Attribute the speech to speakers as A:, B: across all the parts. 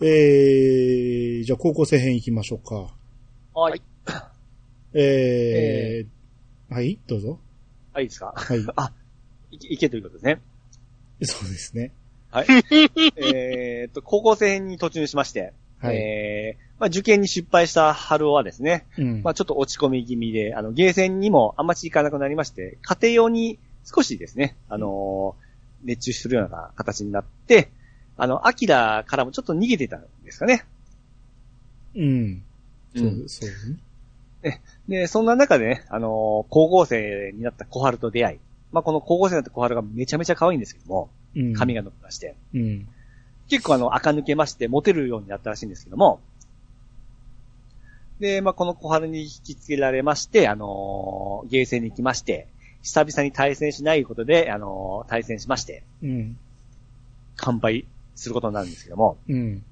A: えー、じゃあ高校生編行きましょうか。
B: はい。
A: えー、はい、どうぞ。
B: はい、いいですか
A: はい。
B: いけ、いけということ ですね。
A: そうですね。
B: はい。えーっと、高校生に突入しまして、
A: はい。
B: えー、まあ受験に失敗した春尾はですね、
A: うん
B: まあちょっと落ち込み気味で、あの、ゲーセンにもあんまり行かなくなりまして、家庭用に少しですね、あのー熱中するような形になって、あの、アキラからもちょっと逃げてたんですかね。
A: うん。そううんそうですね。
B: で、そんな中でね、あのー高校生になった小春と出会い。まあ、この高校生になった小春がめちゃめちゃ可愛いんですけども、
A: うん。
B: 髪が伸びまして。
A: うん。
B: 結構あの、垢抜けまして、モテるようになったらしいんですけども。で、まあ、この小春に引きつけられまして、あのーゲーセンに行きまして、久々に対戦しないことで、あのー対戦しまして、
A: うん。
B: 乾杯することになるんですけども。
A: うん。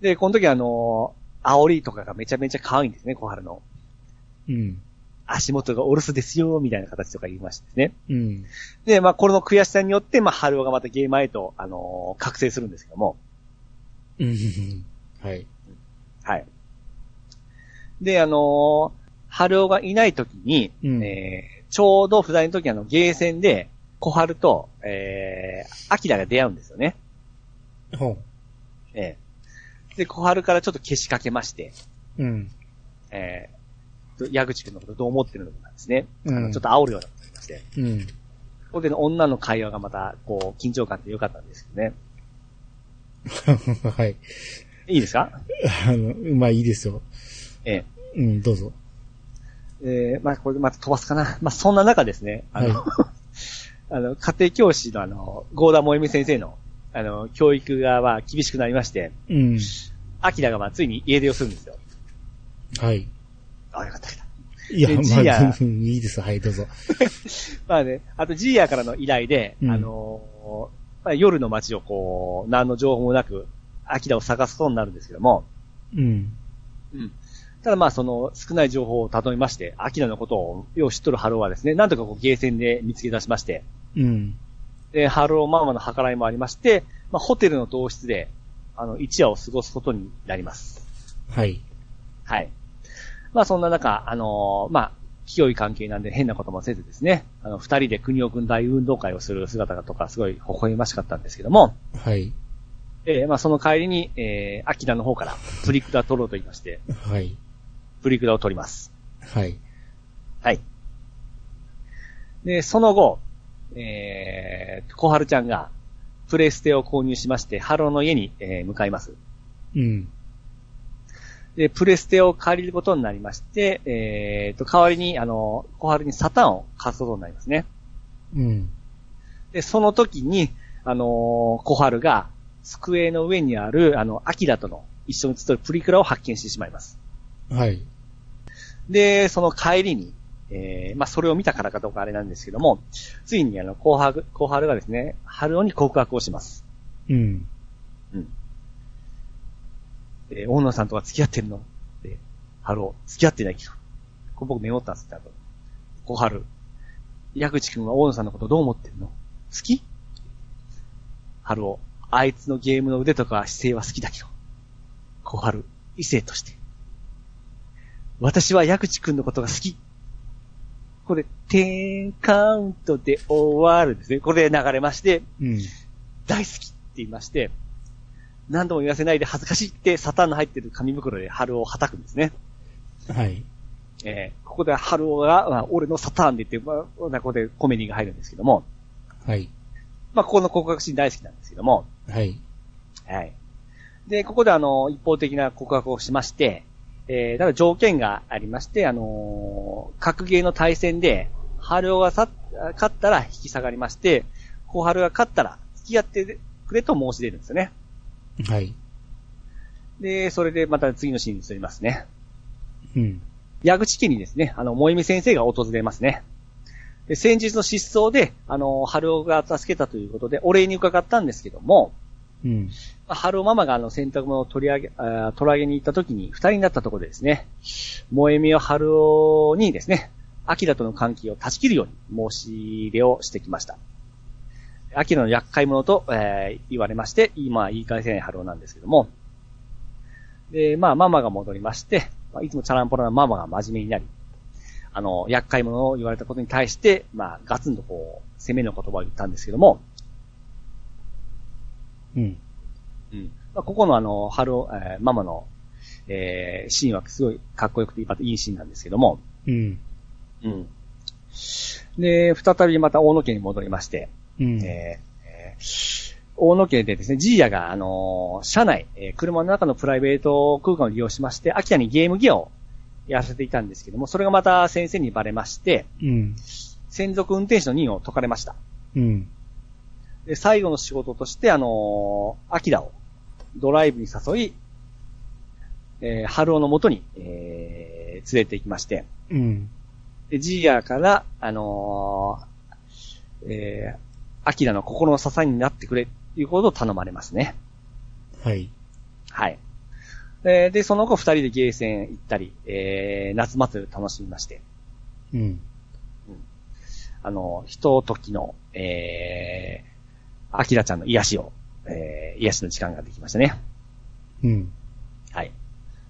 B: で、この時あのー、煽りとかがめちゃめちゃ可愛いんですね、小春の。
A: うん。
B: 足元がお留守ですよ、みたいな形とか言いましてですね。
A: うん。
B: で、まあ、これの悔しさによって、まあ、春尾がまたゲーマへと、あのー覚醒するんですけども。
A: うん。 はい。
B: はい。で、あのー春尾がいない時に、
A: うん
B: えーちょうど不在の時あの、ゲーセンで、小春と、えー、アキラが出会うんですよね。
A: ほ
B: えーで、小春からちょっと消しかけまして、
A: う。うん。
B: えーと、矢口くんのことどう思ってるのかですね。
A: う
B: あの
A: ん
B: ちょっと煽るようなことになりまして。
A: うん。
B: ここでの女の会話がまた、こう、緊張感で良かったんですけどね。
A: はい。
B: いいですか
A: あの、まあいいですよ。
B: ええ
A: うん、どうぞ。
B: えーまあ、これでまた飛ばすかな。 まあ、そんな中ですね、あの、 あの、家庭教師のあの、郷田萌美先生の、あの、教育が、まあ、厳しくなりまして、
A: うん。
B: アキラが、まあ、ついに家出をするんですよ。
A: はい。
B: あ、よかったよかっ
A: いや、
B: で
A: ま
B: ジア
A: あ、うん いいです。はい、どうぞ。
B: た。まあね、あと、ジーヤからの依頼で、
A: うん
B: あのーまあ、夜の街をこう、何の情報もなく、アキラを探すことになるんですけども、
A: うん。
B: ただまあ、その、少ない情報をたどりまして、アキラのことを、よう知っとるハローはですね、なんとかこう、ゲーセンで見つけ出しまして、
A: うん。
B: で、ハローママの計らいもありまして、まあ、ホテルの同室で、あの、一夜を過ごすことになります。
A: はい。
B: はい。まあ、そんな中、あのーまあ、清い関係なんで変なこともせずですね、あの、二人で国を軍大運動会をする姿がとか、すごい微笑ましかったんですけども、
A: はい。
B: えーまあ、その帰りに、えー、アキラの方から、プリクラ取ろうと言いまして、
A: はい。
B: プリクラを取ります。
A: はい。
B: はい。で、その後、えー、小春ちゃんが、プレステを購入しまして、ハローの家に、えー向かいます。
A: うん。
B: で、プレステを借りることになりまして、えー、と、代わりに、あの、小春にサタンを貸すことになりますね。
A: うん。
B: で、その時に、あのー小春が、机の上にある、あの、アキラとの一緒に写ってるプリクラを発見してしまいます。
A: はい。
B: で、その帰りに、えー、まあ、それを見たからかどうかあれなんですけども、ついに、あの、小春、小春がですね、春尾に告白をします。
A: うん。
B: えー、大野さんとは付き合ってるので、ハロー、付き合ってないけど。これ僕メモったんですって、あと。小春。矢口くんは大野さんのことどう思ってるの好きハロー、あいつのゲームの腕とか姿勢は好きだけど。小春、異性として。私は矢口くんのことが好き。これ、テンカウントで終わるんですね。これで流れまして、
A: うん。
B: 大好きって言いまして、何度も言わせないで恥ずかしいってサタンの入ってる紙袋で春を叩くんですね。
A: はい。
B: えーここで春尾が、まあ俺のサタンでって、まあ、ここでコメディが入るんですけども、
A: はい。
B: まあ、ここの告白シーン大好きなんですけども、
A: はい。
B: はい。で、ここであの、一方的な告白をしまして、えー、ただ条件がありまして、あのー格ゲーの対戦で、春尾がさ勝ったら引き下がりまして、小春が勝ったら付き合ってくれと申し出るんですよね。
A: はい。
B: で、それでまた次のシーンに移りますね。
A: うん。
B: 矢口家にですね、あの、萌美先生が訪れますね。で、先日の失踪で、あの、春尾が助けたということで、お礼に伺ったんですけども、
A: うん。
B: まあ春尾ママがあの、洗濯物を取り上げ、あー取り上げに行った時に二人になったところでですね、萌美は春尾にですね、アキラとの関係を断ち切るように申し入れをしてきました。アキラの厄介者と、えー言われまして、今言い返せない春尾なんですけども、で、まあ、ママが戻りまして、まあいつもチャランポラなママが真面目になり、あの、厄介者を言われたことに対して、まあ、ガツンとこう、攻めの言葉を言ったんですけども、
A: うん。
B: うん。まあ、ここのあの、春を、えーママの、えーシーンはすごいかっこよくて、またいいシーンなんですけども、
A: うん。
B: うん。で、再びまた大野家に戻りまして、
A: うん。
B: えーえー大野家でですね、ジーヤが、あのー車内、えー車の中のプライベート空間を利用しまして、秋田にゲームギアをやらせていたんですけども、それがまた先生にバレまして、
A: うん。
B: 専属運転手の任を解かれました。
A: うん。
B: で、最後の仕事として、あのー、秋田をドライブに誘い、えー春尾の元に、えー連れて行きまして、
A: うん。
B: で、ジーヤから、あのー、えー、アキラの心の支えになってくれ、ということを頼まれますね。
A: はい。
B: はい。で、でその後二人でゲーセン行ったり、えー、夏祭りを楽しみまして、
A: うん。
B: あの、ひとときの、えー、アキラちゃんの癒しを、えー、癒しの時間ができましたね。
A: うん。
B: はい。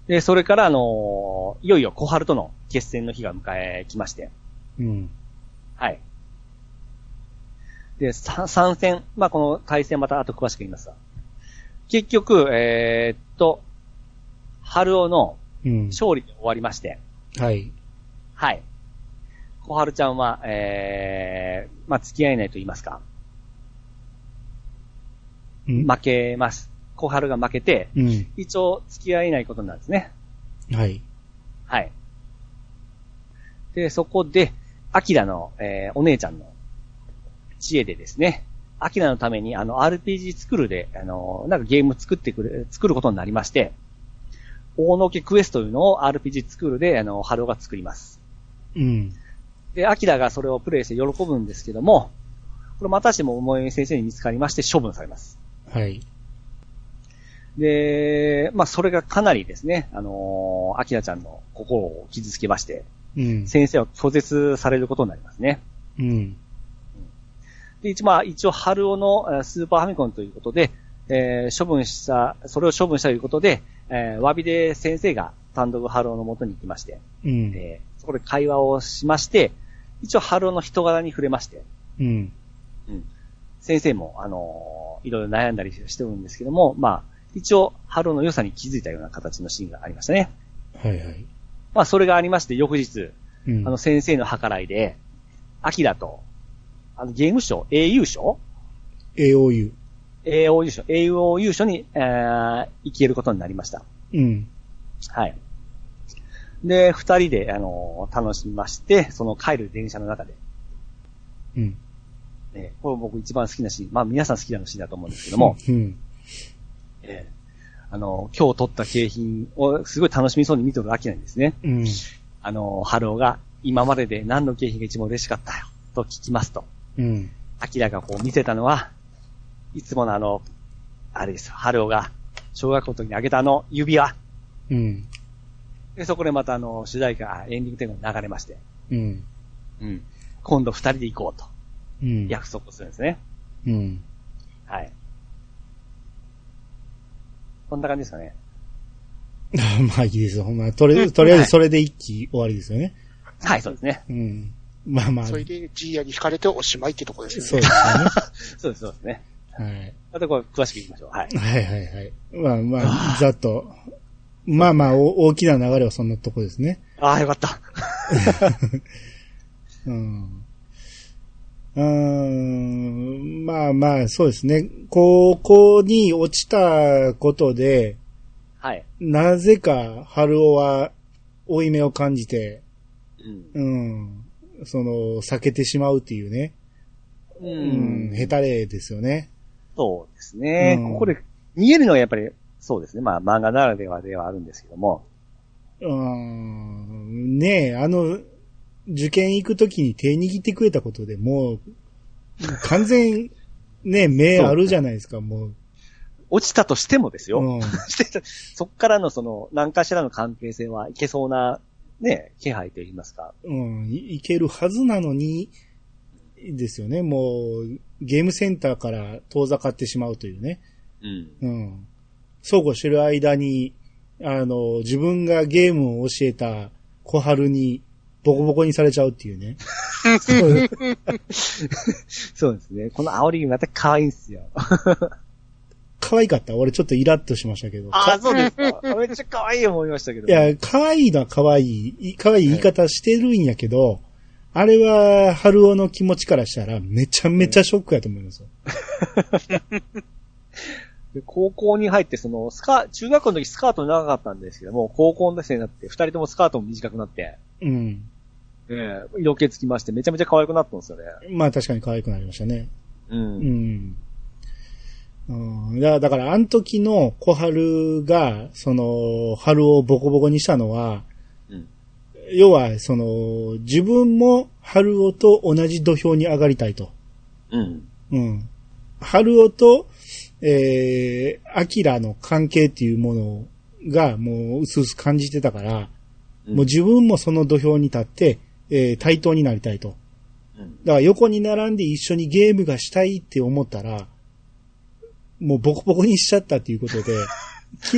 B: で、それから、あのーいよいよ小春との決戦の日が迎えきまして、
A: うん。
B: はい。で、さ参戦。まあ、この対戦また後詳しく言いますが。結局、えーっと、春尾の
A: うん。
B: 勝利で終わりまして、
A: はい。
B: はい。小春ちゃんは、えー、まあ、付き合えないと言いますか、
A: うん。
B: 負けます。小春が負けて、
A: うん。
B: 一応付き合えないことになるんですね。
A: はい。
B: はい。で、そこで、アキラの、えーお姉ちゃんの知恵でですね、アキラのためにあの RPG 作るで、あのなんかゲーム作ってくれ、作ることになりまして、大野家クエストというのを RPG 作るで、あの、ハローが作ります。
A: うん。
B: で、アキラがそれをプレイして喜ぶんですけども、これまたしても思い先生に見つかりまして処分されます。
A: はい。
B: で、まあそれがかなりですね、あのアキラちゃんの心を傷つけまして、
A: うん。
B: 先生は拒絶されることになりますね。
A: うん。
B: で、一応、まあ、一応、春尾のえースーパーファミコンということで、えー処分した、それを処分したということで、えー詫びで先生が単独春尾の元に行きまして、
A: うん。
B: えーそこで会話をしまして、一応春尾の人柄に触れまして、
A: うん。
B: 先生も、あのーいろいろ悩んだりしてるんですけども、まあ、一応、春尾の良さに気づいたような形のシーンがありましたね。
A: はいはい。
B: まあ、それがありまして、翌日、
A: うん。
B: あの、先生の計らいで、アキラと、あの、ゲーム賞、英雄賞
A: AOU。
B: 英王優勝、英王優勝に、えー、行けることになりました。
A: うん。
B: はい。で、二人で、あのー楽しみまして、その帰る電車の中で、
A: うん。
B: えーこれ僕一番好きなシーン、まあ皆さん好きなシーンだと思うんですけども、
A: うん。
B: えーあのー今日取った景品をすごい楽しみそうに見てるわけなんですね。
A: うん。
B: あのー、春尾が、今までで何の景品が一番嬉しかったよ、と聞きますと、
A: うん。
B: アキラがこう見せたのは、いつものあの、あれですよ、春尾が、小学校の時にあげたあの指輪、
A: うん。
B: で、そこでまたあの、主題歌、あエンディングテーマが流れまして、
A: うん。
B: うん。今度二人で行こうと、
A: うん。
B: 約束をするんですね。
A: うん。
B: はい。こんな感じですかね。
A: まあいいですよ。ほんま、とりあえず、とりあえずそれで一期終わりですよね。
B: はい、そうですね。
A: うん。まあまあ、
C: そ
A: そう
C: れ
A: です
C: で、ジーヤに惹かれておしまいってとこです
A: よ
C: よ
A: ね
C: ね。。
B: そうです、そうですね。
A: はい。
B: またこれ詳しく言いましょう。はい。
A: はいはいはい。まあまあ、ざっと。まあまあ、お大きな流れはそんなとこですね。
B: ああ、よかった。
A: うん。うーん。まあまあ、そうですね。高校に落ちたことで、
B: はい。
A: なぜか春尾は負い目を感じて、
B: うん。
A: うん。その、避けてしまうっていうね。
B: う
A: うん。
B: ん。
A: 下手例ですよね。
B: そうですね。
A: うん
B: ここで見えるのはやっぱり、そうですね。まあ、漫画ならではではあるんですけども。
A: うん。ねえ、あの、受験行くときに手握ってくれたことでもう、完全、ね、目あるじゃないですか、もう。
B: 落ちたとしてもですよ。
A: うん。
B: してた そっからのその、何かしらの関係性はいけそうな、ね、気配といいますか。
A: うん、いいけるはずなのに、ですよね。もう、ゲームセンターから遠ざかってしまうというね。
B: うん。
A: うん。そうこうしてる間に、あの、自分がゲームを教えた小春にボコボコにされちゃうっていうね。そう
B: そうですね。この煽りまた可愛いんすよ。
A: 可愛かった。俺ちょっとイラッとしましたけど。
B: ああ、そうですか。めっちゃ可愛い思いましたけど。
A: いや、可愛いのは可愛いい、可愛い言い方してるんやけど、あれは、春尾の気持ちからしたら、めちゃめちゃショックやと思いますよ。
B: で高校に入って、その、スカ、中学校の時スカート長かったんですけども、高校の生になって、二人ともスカートも短くなって、
A: うん。
B: ええ色気つきまして、めちゃめちゃ可愛くなったんですよね。
A: まあ確かに可愛くなりましたね。
B: う。
A: うんん。うん、だだから、あの時の小春が、その、春をボコボコにしたのは、
B: うん
A: 要は、その、自分も春尾と同じ土俵に上がりたいと。
B: うん。
A: うん。春尾と、えー、アキラの関係っていうものが、もう、うすうす感じてたから、
B: うん
A: もう自分もその土俵に立って、えー、対等になりたいと。
B: うん。
A: だから横に並んで一緒にゲームがしたいって思ったら、もうボコボコにしちゃったっていうことで、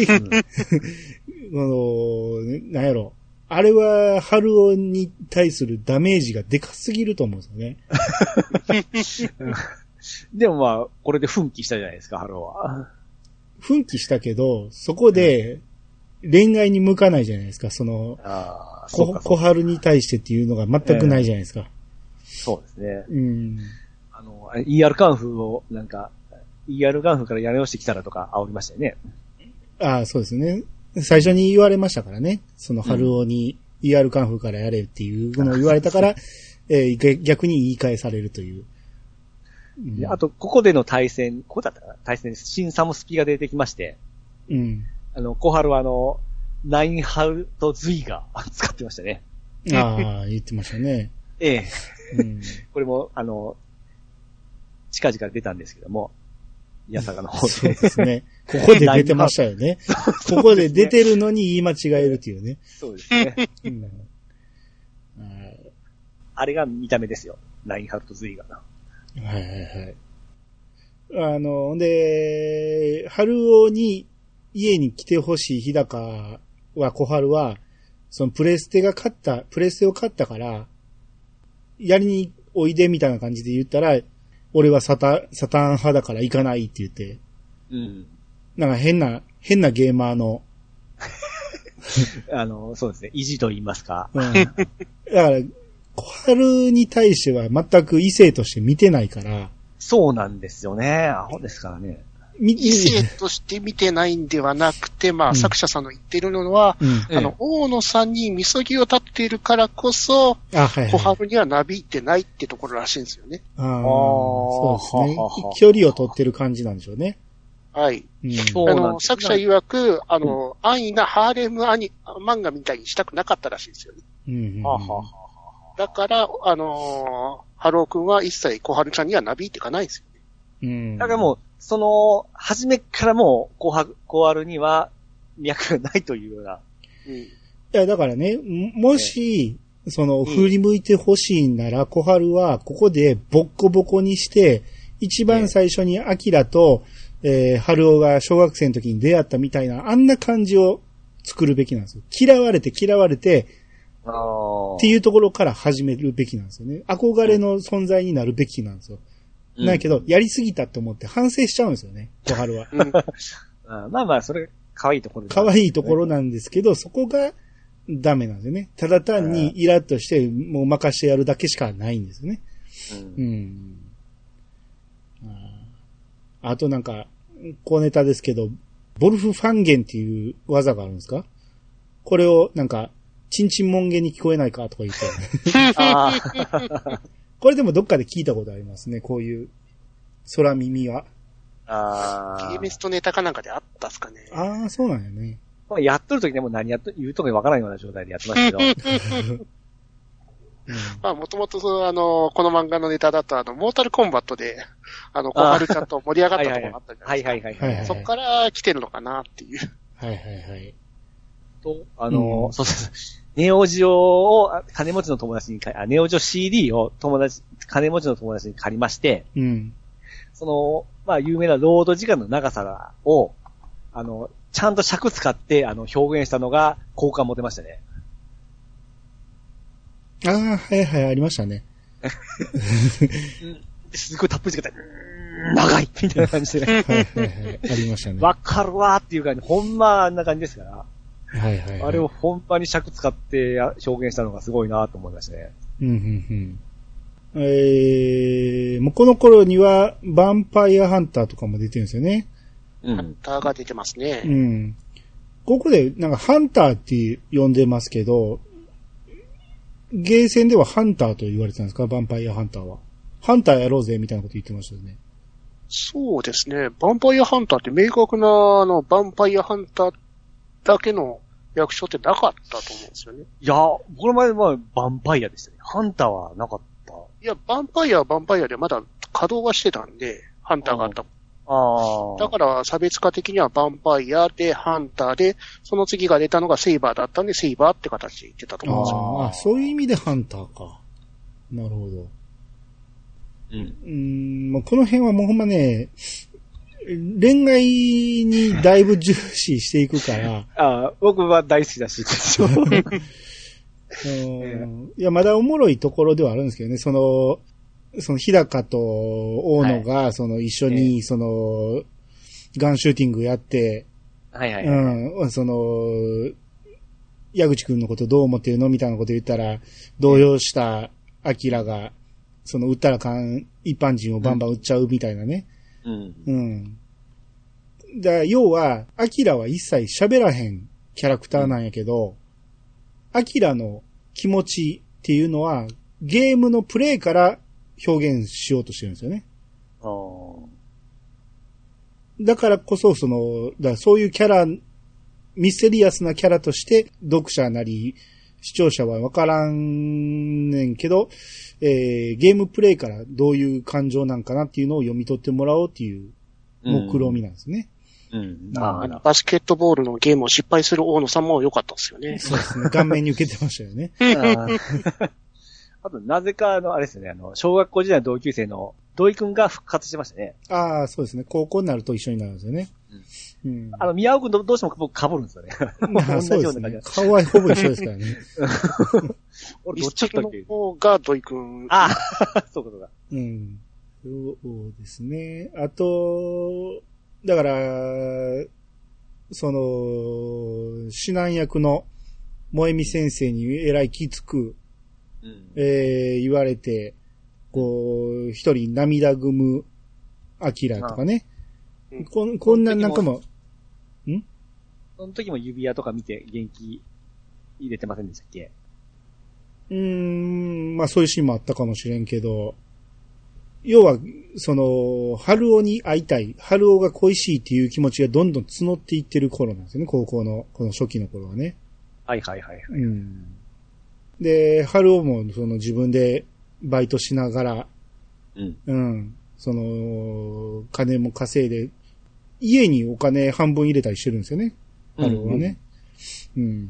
A: きあ の、ねなんやろ。あれは、春尾に対するダメージがでかすぎると思うんですよね。
B: でもまあ、これで奮起したじゃないですか、ハローは。
A: 奮起したけど、そこで恋愛に向かないじゃないですか。その、
B: ああ、そう
A: こ
B: かそ
A: 小
B: うか、
A: 春に対してっていうのが全くないじゃないですか。
B: そうですね。
A: うん。
B: あの、ER カンフーを、なんか、ER カンフーからやり直してきたらとか煽りましたよね。
A: ああ、そうですね。最初に言われましたからね。その春尾に ER カンフーからやれっていうのを言われたから、えー逆逆に言い返されるという。うん
B: であと、ここでの対戦、ここだったかな対戦です。新サムスピが出てきまして、
A: うん。
B: あの、小春はあの、ナインハルとズイが 使ってましたね。
A: ああ、言ってましたね。
B: ええ。
A: うん。
B: これも、あの、近々出たんですけども、八坂の方
A: そう
B: で。
A: ですね。ここで出てましたよ ね。ここで出てるのに言い間違えるっていうね。
B: そうですね。
A: うんはい
B: あれが見た目ですよ。ナインハルとズイが。
A: はいはいはい。あの、ほんで、春尾に家に来てほしい日高は、小春は、そのプレステが勝った、プレステを勝ったから、やりにおいでみたいな感じで言ったら、俺はサタ、サタン派だから行かないって言って、
B: うん。
A: なんか変な、変なゲーマーの、
B: あの、そうですね。意地と言いますか。
A: うん。だから、小春に対しては全く異性として見てないから、
B: そうなんですよね。アホですからね。
A: 見
C: 異性として見てないんではなくて、
A: う
C: まあ、
A: ん
C: 作者さんの言ってるのは、
A: うん。
B: ええ
C: あの、大野さんにみそぎを立っているからこそ、
A: あ、はい、はい。
C: 小春にはなびいてないってところらしいんですよね。
A: ああ、
B: ー
A: そうですね
B: ははは。
A: 距離を取ってる感じなんでしょうね。
C: はい。
A: うん。
B: そうな
C: あ
B: ん
C: の、
B: ですよ
C: 作者曰く、あの、安易なハーレムアニ漫画みたいにしたくなかったらしいんですよね。
A: うんうんうん
B: はあはあはあ
C: だから、あのー、ハロー君は一切小春ちゃんにはなびいていかないんですよ。
A: うん
B: だからもう、その、初めからもう、小春、小春には、脈がないというような。
C: うん。
A: いや、だからね、ももし、その、
B: ん
A: 振り向いてほしいなら、小春は、ここで、ボッコボコにして、一番最初に、アキラと、えー、春尾が小学生の時に出会ったみたいな、あんな感じを作るべきなんですよ。嫌われて、嫌われて、
B: ああ
A: っていうところから始めるべきなんですよね。憧れの存在になるべきなんですよ。
B: うん
A: ないけど、やりすぎたと思って反省しちゃうんですよね、小春 は。
B: あーまあまあ、それ、可愛いところ
A: 可愛いところ
B: ね。
A: なんですけど、そこがダメなんですよね。ただ単にイラッとして、もう任してやるだけしかないんですよね。
B: うん
A: うん。あーあとなんか、小ネタですけど、ボルフファンゲンっていう技があるんですかこれをなんか、チンチンモンゲに聞こえないかとか 言って。
B: あ ー
A: これでもどっかで聞いたことありますね、こういう空耳は。
B: あ
C: ゲーメ
B: ー。
C: ストネタかなんかであったっすかね。
A: ああ、そうなんやね。
B: まあやっとる時でもう何やっと、言うとかわからないような状態でやってま したけど。
A: うん
C: まあ、もともと、そのあの、この漫画のネタだと、あの、モータルコンバットで、あの、小春ちゃんと盛り上がっ
B: は
C: た
B: い
C: とこ
B: はい
C: ろ
B: はい
C: があったじゃな
B: はいい
C: ですか。
B: はいはい
A: は
B: はいい
A: は。い
C: そっから来てるのかなっていう。
A: はいはいはい。
B: と、あのー、そうそうそう。ネオジオを、あ金持ちの友達にかあ、ネオジオ CD を友達、金持ちの友達に借りまして、
A: うん。
B: その、まあ、有名なロード時間の長さを、あの、ちゃんと尺使って、あの、表現したのが、好感持てましたね。
A: ああ、はいはい、ありましたね。
B: すごいたっぷり時間た長いみたいな感じで。
A: はいはいはい、ありましたね。は
B: わかるわーっていう感じ、ほんまあんな感じですから。
A: いはい、はい。
B: あれを。ほんまに尺使ってや表現したのがすごいなと思いましたね。
A: うんうんうん。えー、もうこの頃には、ヴァンパイアハンターとかも出てるんですよね。
B: う
C: ハン
B: ん。
C: ターが出てます
A: う
C: ね。
A: ん。ここで、なんか、ハンターって呼んでますけど、ゲーセンではハンターと言われてたんですかヴァンパイアハンターは。ハンターやろうぜ、みたいなこと言ってましたよね。
C: そうですね。ヴァンパイアハンターって明確な、あの、ヴァンパイアハンターだけの役所ってなかったと思うんですよね。
B: いや、僕の前はバンパイアでしたね。ハンターはなかった。
C: いや、ヴァンパイアはヴァンパイアでまだ稼働はしてたんで、ハンターがあった。
B: あ
C: だから差別化的にはヴァンパイアで、ハンターで、その次が出たのがセイバーだったんで、セイバーって形で言ってたと
A: あ
C: 思うんですよ。
A: ーあ、そういう意味でハンターか。なるほど。
B: うん。
A: うーん、もうこの辺はもうほんまね、恋愛にだいぶ重視していく から、
B: あー僕は大好きだし、一応
A: うーんいや、まだおもろいところではあるんですけどね、その、その日高と大野が、その一緒に、その、ガンシューティングやって、
B: はいはい。
A: うん、その、矢口くんのことどう思ってるのみたいなこと言ったら、動揺したアキラが、その、撃ったらあかん、一般人をバンバン撃っちゃうみたいなね。
B: うん。
A: うん。だから要は、アキラは一切喋らへんキャラクターなんやけど、アキラの気持ちっていうのは、ゲームのプレイから表現しようとしてるんですよね。
B: あー
A: だからこそ、その、だからそういうキャラ、ミステリアスなキャラとして、読者なり、視聴者はわからんねんけど、えーゲームプレイからどういう感情なんかなっていうのを読み取ってもらおうっていう目論みなんですね。
B: うん。あ
C: あ
B: あ
C: の、バスケットボールのゲームを失敗する大野さんも良かったですよね。
A: そうです ね。顔面に受けてましたよね。
B: あーあと、なぜか、あの、あれですよね、あの、小学校時代の同級生の土井くんが復活してましたね。
A: ああ、そうですね。高校になると一緒になるんですよね。うん。
B: あの、宮尾くんとどうしても僕被るんですよね。
A: ま あ、
B: 同じ
A: そうで
B: よう
A: す
B: な感じ
A: ね
B: だ。
A: 顔はほぼ一緒ですからね。
B: 俺、ど
C: 一
B: っちだっ
C: 席
B: た
C: の
B: っけ
C: 方が土井くん。
B: あ あ、そういうことだ。
A: うん。そうですね。あと、だから、その、指南役の萌美先生にえらいきつく、
B: うん
A: えー言われて、こう、一人涙ぐむ、アキラとかね
C: うん。
A: こんこんな仲間、
B: その時も指輪とか見て元気入れてませんでしたっけ
A: うーん、まあそういうシーンもあったかもしれんけど、要は、その、春尾に会いたい、春尾が恋しいっていう気持ちがどんどん募っていってる頃なんですよね、高校の、この初期の頃はね。
B: はいはいはい。
A: うん。で、春尾もその自分でバイトしながら、
B: うん。
A: うん、その、金も稼いで、家にお金半分入れたりしてるんですよね、春尾はね。うん。だか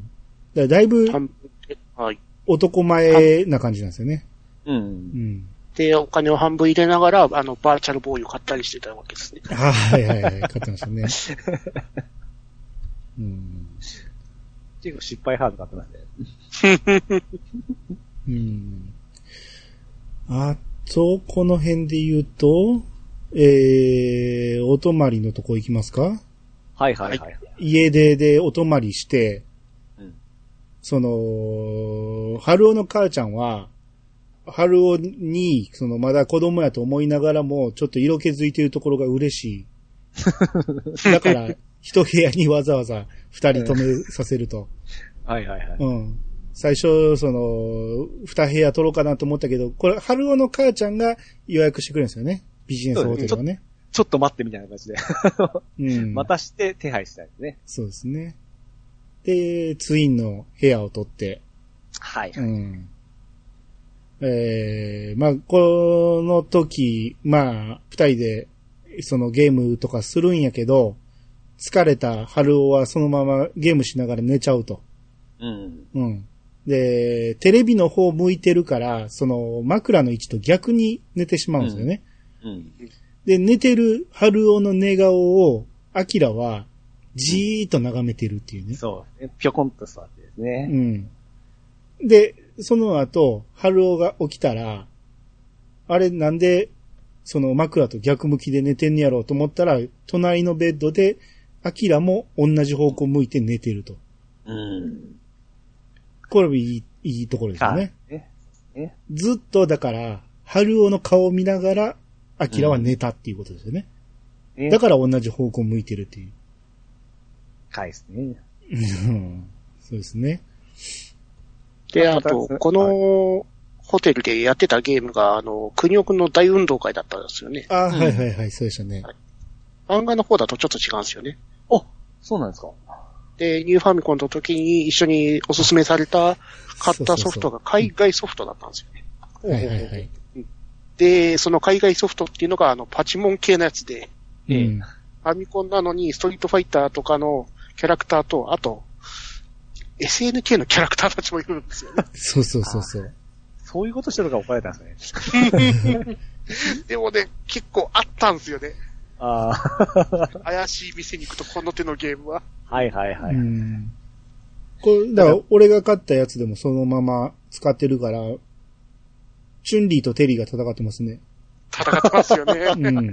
A: らだいぶ
C: 半分ではい。
A: 男前な感じなんですよね。
B: うん。
A: うん。
C: で、お金を半分入れながら、あの、バーチャルボーイを買ったりしてたわけですね。
A: はいはいはい、買ってました ね。うん。
B: 結構失敗ハードだったんで。
A: うん。あと、この辺で言うと、えー、お泊まりのとこ行きますか
B: はいはいはい。
A: 家出でお泊まりして、
B: うん
A: その、春尾の母ちゃんは、春尾に、その、まだ子供やと思いながらも、ちょっと色気づいてるところが嬉しい。だから、一部屋にわざわざ二人止めさせると。
B: はいはいはい。
A: うん。最初、その、二部屋取ろうかなと思ったけど、これ、春尾の母ちゃんが予約してくれるんですよね。ビジネスホテルをね。
B: ちょっと待ってみたいな感じで。
A: うん。
B: またして手配したいですね。
A: そうですね。で、ツインの部屋を取って、
B: はい。
A: うん。えー、まあ、この時、まあ、二人で、そのゲームとかするんやけど、疲れた春尾はそのままゲームしながら寝ちゃうと。
B: うん。
A: うん。で、テレビの方向いてるから、その枕の位置と逆に寝てしまうんですよね。
B: うん。
A: で、寝てる春尾の寝顔を、アキラはじーっと眺めてるっていうね。
B: そう。ぴょこんと座ってです
A: う
B: ね。
A: ん。で、その後、春尾が起きたら、あれなんで、その枕と逆向きで寝てんねやろうと思ったら、隣のベッドで、アキラも同じ方向向いて寝てると。
B: うん。
A: これもいい、いいところですよね。
B: あ。ね。ね。
A: ずっと、だから、春尾の顔を見ながら、アキラは寝たっていうことですよね。
B: ね
A: だから同じ方向向いてるっていう。
B: 返すね。
A: うんそうですね。
C: で、
B: あ
C: あ
B: ま
C: と
B: た、
C: この、ホテルでやってたゲームが、あの、国尾くんの大運動会だったんですよね。
A: あ、
B: ん
A: はいはいはい、そうでしたね。
C: 漫画の方だとちょっと違うんですよね。
B: おそうなんですか
C: で、ニューファミコンの時に一緒におすすめされた、買ったソフトが海外ソフトだったんですよね。
A: はいはいはい。
C: で、その海外ソフトっていうのが、あの、パチモン系のやつで、
B: ええ
A: うん
C: ファミコンなのにストリートファイターとかのキャラクターと、あと、SNK のキャラクターたちもいるんで すよね。
A: そうそうそうそう。
B: そういうことしてるから怒られたんですね。
C: でもね、結構あったんで すよね。
B: ああ。
C: 怪しい店に行くとこの手のゲームは。
B: はいはいは
A: う
B: い。
A: ん。これ、だから、俺が買ったやつでもそのまま使ってるから、チュンリーとテリーが戦ってますね。
C: 戦ってますよね。
A: うん。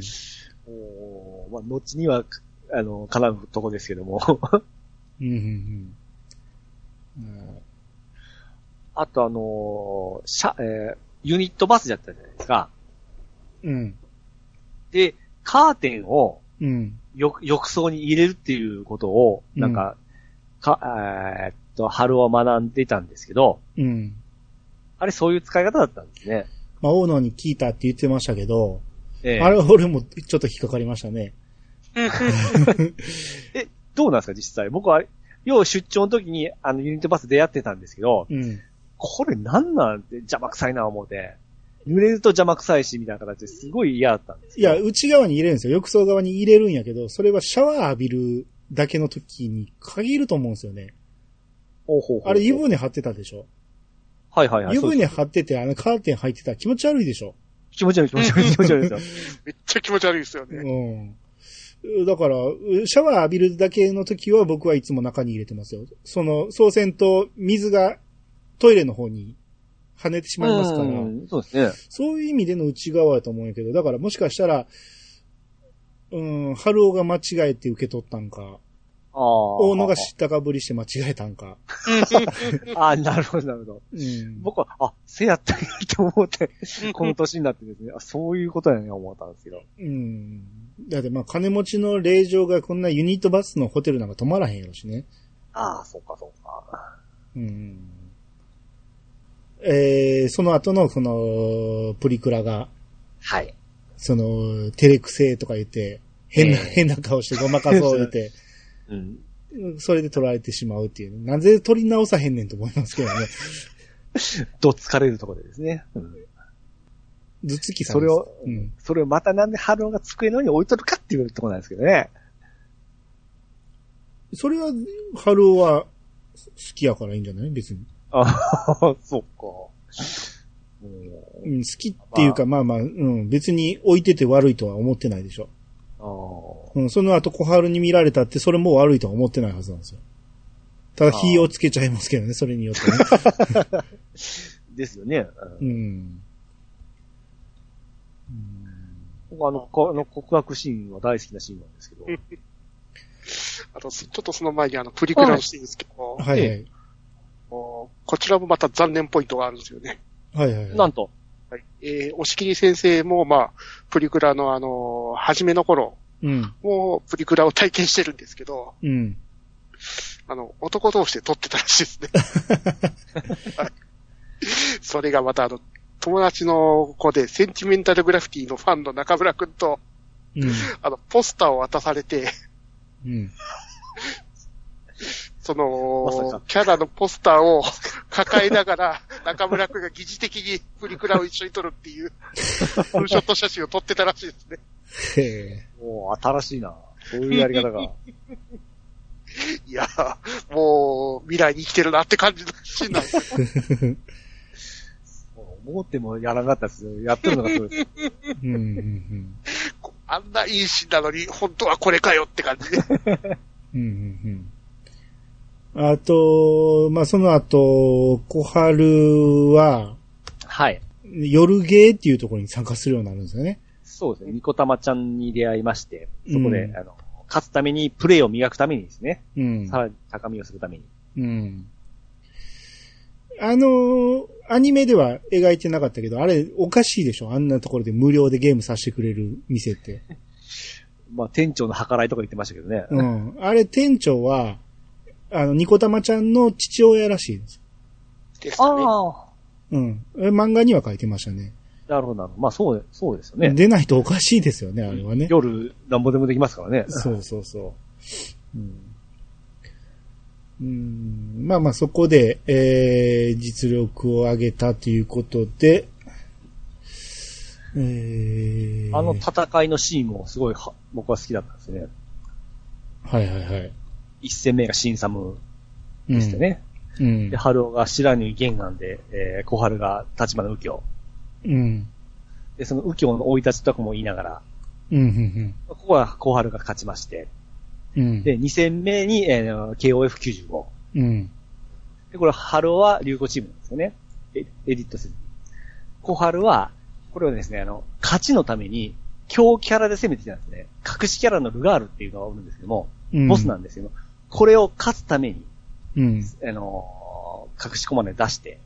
B: おーまあ、後には、あの、絡むとこですけども。
A: うんうんうん。
B: あとあのー、車、えーユニットバスだったじゃないですか。
A: うん。
B: で、カーテンを
A: うん。
B: よ浴槽に入れるっていうことを、なんか、か、えーっと、春を学んでたんですけど、
A: うん。
B: あれそういう使い方だったんですね。
A: まあ、大野に聞いたって言ってましたけど、
B: ええ
A: あれは俺もちょっと引っかかりましたね。
B: え、どうなんですか、実際。僕は、よう出張の時に、あの、ユニットバス出会ってたんですけど、
A: うん。
B: これなんなんて邪魔くさいな思うて、濡れると邪魔くさいし、みたいな形ですごい嫌だったんです
A: い
B: けど
A: や、内側に入れるんですよ。浴槽側に入れるんやけど、それはシャワー浴びるだけの時に限ると思うんですよね。
B: ほうほうほう
A: あれ湯船張ってたでしょ
B: はいはいはい。
A: 湯
B: そう
A: 船
B: で
A: 張ってて、あのカーテン入ってたら気持ち悪いでしょ
B: す気持ち悪い気持ち悪い気持ち悪いですよ。
C: めっちゃ気持ち悪いですよね。
A: うん。だから、うシャワー浴びるだけの時は僕はいつも中に入れてますよ。その、操船と水がトイレの方に跳ねてしまいますから、
B: うんそうですね。
A: そういう意味での内側やと思うんやけど、だからもしかしたら、うん、春尾が間違えて受け取ったんか、
B: ああ。
A: 大野が知ったかぶりして間違えたんか。
B: ああ、なるほど、なるほど。
A: うん。
B: 僕は、あ、せやったんやって思 って、この年になってですね、あそういうことやね思ったんですけど。
A: うん。だってまあ金持ちの霊場がこんなユニットバスのホテルなんか泊まらへんやろしね。
B: ああ、そうか、そうか。
A: うん。えー、その後のその、プリクラが、
B: はい。
A: その、照れくせえとか言って、変な、
B: ええ
A: 変な顔してごまかそう言っ て、
B: うん。
A: それで取られてしまうっていう。なぜ取り直さへんねんと思いますけどね。
B: どつかれるところでですね。うん
A: ずつきさん
B: そ
A: で
B: れ
A: す。
B: を、
A: うん。
B: それをまたなんで春尾が机の上に置いとるかっていうところなんですけどね。
A: それは、春尾は、好きやからいいんじゃない別に。
B: ああ、そうか。うん
A: うん、好きっていうか、まあまあ、うん、別に置いてて悪いとは思ってないでしょ。
B: ああ
A: うん、その後小春に見られたって、それも悪いとは思ってないはずなんですよ。ただ、
B: あー
A: 火をつけちゃいますけどね、それによって ね。
B: ですよね。
A: う
B: うん
A: ん。
B: 僕あの、こあの告白シーンは大好きなシーンなんですけど。
C: あと、ちょっとその前にあの、プリクラをしてるんですけど、
A: はいは
B: え
A: い。
C: こちらもまた残念ポイントがあるんですよね。
A: はいはいはい。
B: なんと、
C: はい。えー、押切先生も、まあ、プリクラのあのー初めの頃、
A: うん。
C: もうプリクラを体験してるんですけど、
A: うん。
C: あの、男同士で撮ってたらしいですね。 はい。それがまたあの、友達の子で、センチメンタルグラフィティのファンの中村くんと、
A: うん。
C: あの、ポスターを渡されて、
A: うん。
C: そ
B: まさ
C: の
B: か、
C: キャラのポスターを抱えながら、中村くんが疑似的にプリクラを一緒に撮るっていう、フルショット写真を撮ってたらしいですね。
A: へえ。
B: もう新しいな。そういうやり方が。
C: いやー、もう、未来に生きてるなって感じのシーンなんですよ。
B: 思ってもやらなかったですよ。やってるのがすごいです。
A: うん。うん。
C: あんないいシーンなのに、本当はこれかよって感じで。
A: うんうんうん。あと、まあ、その後、小春 は、
B: はい。
A: 夜ゲーっていうところに参加するようになるんですよね。
B: そうですね。ニコタマちゃんに出会いまして、そこで、
A: うん
B: あの、勝つために、プレーを磨くためにですね。
A: うん。
B: さらに高みをするために。
A: うん。あのーアニメでは描いてなかったけど、あれおかしいでしょあんなところで無料でゲームさせてくれる店って。
B: まあ、店長の計らいとか言ってましたけどね。
A: うん。あれ店長は、あの、ニコタマちゃんの父親らしいです。
C: ですかね。
B: ああ。
A: うん。え漫画には書いてましたね。
B: なるほど、なるほど。まあ、そう、そうですよね。
A: 出ないとおかしいですよね、あれはね。
B: 夜、なんぼでもできますからね。
A: そうそうそう。うん。うん、まあまあそこで、えー、実力を上げたということで、えー、
B: あの戦いのシーンもすごいは、僕は好きだったんですね。
A: はいはいはい。
B: 一戦目がシンサム
A: うん
B: でした。ね。
A: うん
B: で、。春尾が白に玄関で、えー、小春が立花右京。
A: うん。
B: で、その右京の生い立ちとかも言いながら、
A: うん、うん、
B: ここは小春が勝ちまして。
A: うん。
B: で、二戦目に、えー、KOF95。
A: うん、
B: で、これ春尾は流行チームなんですよね。えエディットせずに。小春は、これはですね、あの、勝ちのために、強キャラで攻めてきたんですね。隠しキャラのルガールっていうのがおるんですけども、
A: うん。
B: ボスなんですけど、これを勝つために、
A: うん。
B: あのー隠しコマネ出して、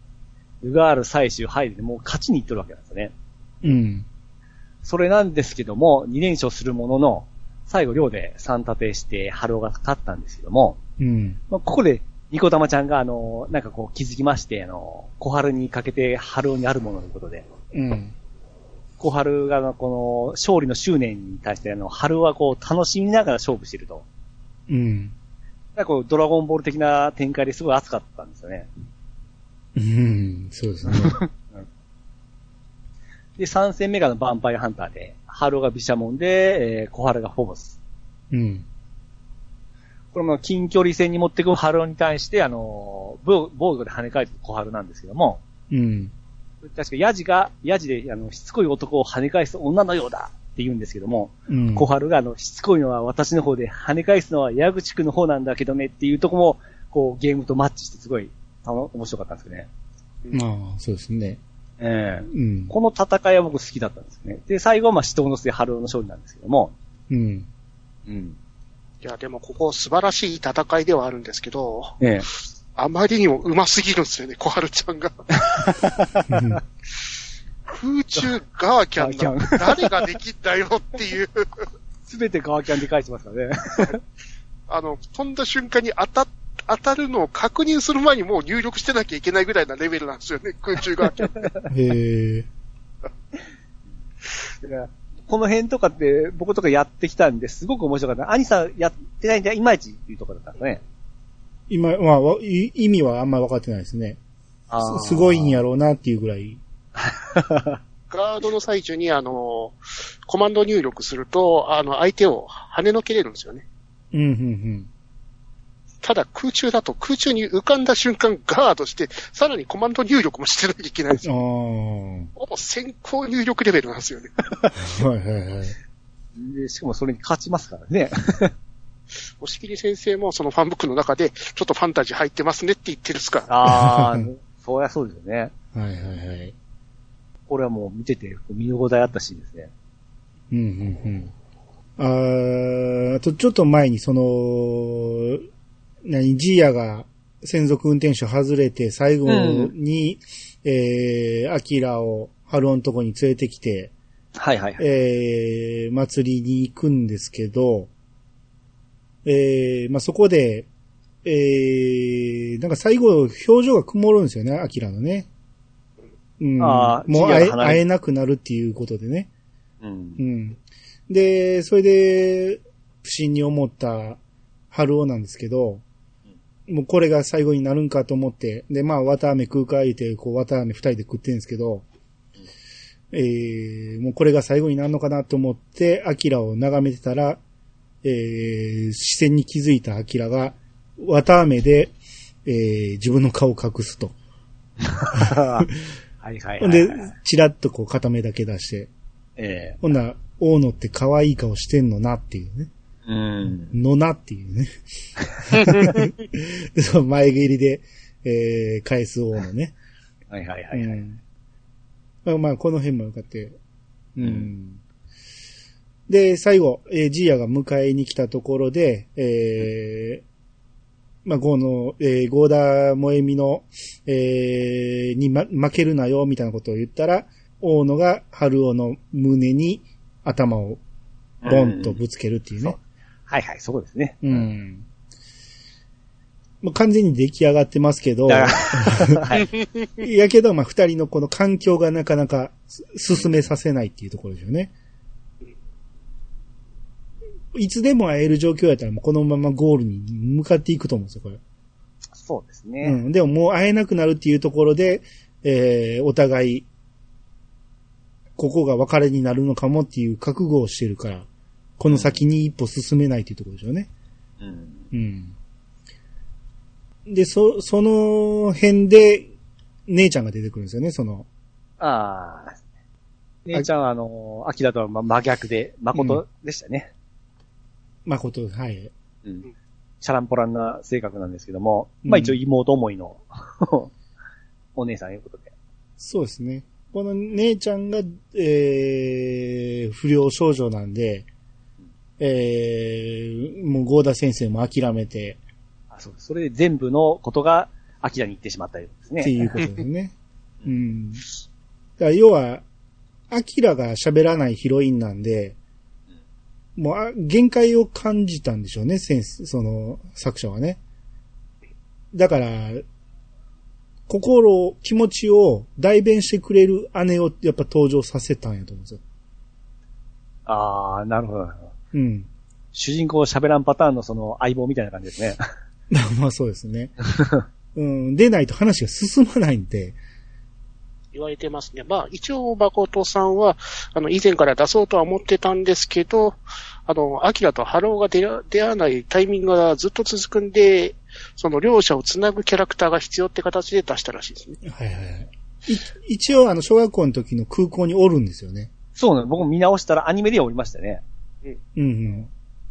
B: ルガール最終入りでもう勝ちにいっとるわけなんですよね。
A: うん。
B: それなんですけども、2連勝するものの、最後寮で3立てして、ハローが勝ったんですけども、
A: うん。
B: まあ、ここで、ニコ玉ちゃんが、あのーなんかこう気づきまして、あのー小春にかけて、ハローにあるものということで、
A: うん。
B: 小春が、あのこの、勝利の執念に対して、あの、春はこう、楽しみながら勝負してると。
A: うん。
B: なんかこう、ドラゴンボール的な展開ですごい熱かったんですよね。
A: うん。そうですね。
B: で、3戦目があのヴァンパイアハンターで、ハローがビシャモンで、えー、小春がフォボス。
A: うん。
B: これも近距離戦に持ってくハローに対して、あのー防防御で跳ね返す小春なんですけども、
A: うん。
B: 確かヤジが、ヤジで、あの、しつこい男を跳ね返す女のようだって言うんですけども、
A: うん。
B: 小春が、あの、しつこいのは私の方で、跳ね返すのは矢口くんの方なんだけどねっていうとこも、こう、ゲームとマッチしてすごい、あの、面白かったんですよね。
A: ああ、そうですね。
B: ええ
A: うん。
B: この戦いは僕好きだったんですよね。で、最後は、まあ、死闘の末、ハローの勝利なんですけども、
A: うん。
B: うん。
C: いや、でもここ素晴らしい戦いではあるんですけど、
B: ええ
C: あまりにも上手すぎるんですよね、小春ちゃんが。空中ガーキャ
B: ガ
C: ン
B: ー
C: だ。誰ができんだよっていう、
B: すべてガーキャンで返してますからね。
C: あの、飛んだ瞬間に当たっ当たるのを確認する前にもう入力してなきゃいけないぐらいなレベルなんですよね、空中ガーキャン。
A: へえ。
B: だから この辺とかって僕とかやってきたんですごく面白かった。兄さんやってないんでいまいちっていうところだったんですね。
A: 今、まあ、わい意味はあんま分かってないですね。すすごいんやろうなっていうぐらい。
C: ガードの最中に、あの、コマンド入力すると、あの、相手を跳ねのけれるんですよね。
A: うん、うん、
C: ただ空中だと空中に浮かんだ瞬間ガードして、さらにコマンド入力もしてなきゃいけないんですよ。
A: うん。
C: ほぼ先行入力レベルなんですよね。
A: ああ。はいはいはい。
B: でしかもそれに勝ちますからね。
C: 押切先生もそのファンブックの中で、ちょっとファンタジー入ってますねって言ってるっすから。
B: ああ、 そりゃそうですよね。
A: はいはいはい。
B: これはもう見てて見応えあったシーンですね。
A: うん、うん、うん。あーあとちょっと前にその、何、ジーヤが専属運転手外れて最後に、えー、アキラを春のとこに連れてきて、
B: はいはいはい。
A: えー、祭りに行くんですけど、えー、まあ、そこで、えー、なんか最後、表情が曇るんですよね、アキラのね。うん。
B: あー
A: もう会
B: 次
A: え
B: は離れ
A: 会えなくなるっていうことでね。
B: う。
A: うんん。で、それで、不審に思った春尾なんですけど、もうこれが最後になるんかと思って、で、まあ、綿飴食うか言うて、こう、綿飴二人で食ってんですけど、えー、もうこれが最後になるのかなと思って、アキラを眺めてたら、えー、視線に気づいたアキラが、綿飴で、えー、自分の顔を隠すと。
B: はいはいはい。
A: で、チラッとこう、片目だけ出して、
B: ええ
A: ほんなら、大野って可愛い顔してんのなっていうね。
B: ううん。
A: のなっていう ね。そう前蹴りで、えー、返す王のね。
B: はいはいはい。はい
A: うんまあ、まあ、この辺もよかったようん。
B: うん
A: で、最後、えージーヤが迎えに来たところで、えーまあ、ゴーの、えー、ゴーダ萌えみの、えーに、ま、負けるなよ、みたいなことを言ったら、大野が春尾の胸に頭をボンとぶつけるっていうね。
B: はいはい、そうですね。
A: うん。もう完全に出来上がってますけど、
B: だから、はい。
A: やけど、まあ、二人のこの環境がなかなかす進めさせないっていうところですよね。いつでも会える状況やったら、もうこのままゴールに向かっていくと思うんですよ、これ。
B: そうです
A: う
B: ね。
A: ん。でももう会えなくなるっていうところで、えー、お互い、ここが別れになるのかもっていう覚悟をしてるから、この先に一歩進めないっていうところでしょうね。
B: うん。
A: うん。で、そ、その辺で、姉ちゃんが出てくるんですよね、その。
B: ああ。姉ちゃんは、あの、アキラとは真逆で、誠でしたね。
A: 誠、はい。
B: うん。チャランポランな性格なんですけども、まあ
A: うん
B: 一応妹思いの、 お姉さんいうことで。
A: そうですね。この姉ちゃんが、えー、不良少女なんで、えー、もうゴーダ先生も諦めて、
B: あ、そうです。それで全部のことが、アキラに行ってしまったようですね。
A: っていうことですね。 うん。だから要は、アキラが喋らないヒロインなんで、もうあ限界を感じたんでしょうね、先生、その作者はね。だから、心を、気持ちを代弁してくれる姉をやっぱ登場させたんやと思うんですよ。
B: ああ、なるほどなるほど。
A: うん。
B: 主人公喋らんパターンのその相棒みたいな感じですね。
A: まあまあそうです ね。うん、でないと話が進まないんで、
C: 言われてますね。まあ、一応、誠さんは、あの、以前から出そうとは思ってたんですけど、あの、アキラとハローが出ら出会わないタイミングがずっと続くんで、その両者をつなぐキャラクターが必要って形で出したらしいですね。
A: はいはいはい。い一応あの小学校の時の空港におるんですよね。
B: そうなの。僕も見直したらアニメではおりましたね。
A: うんうん。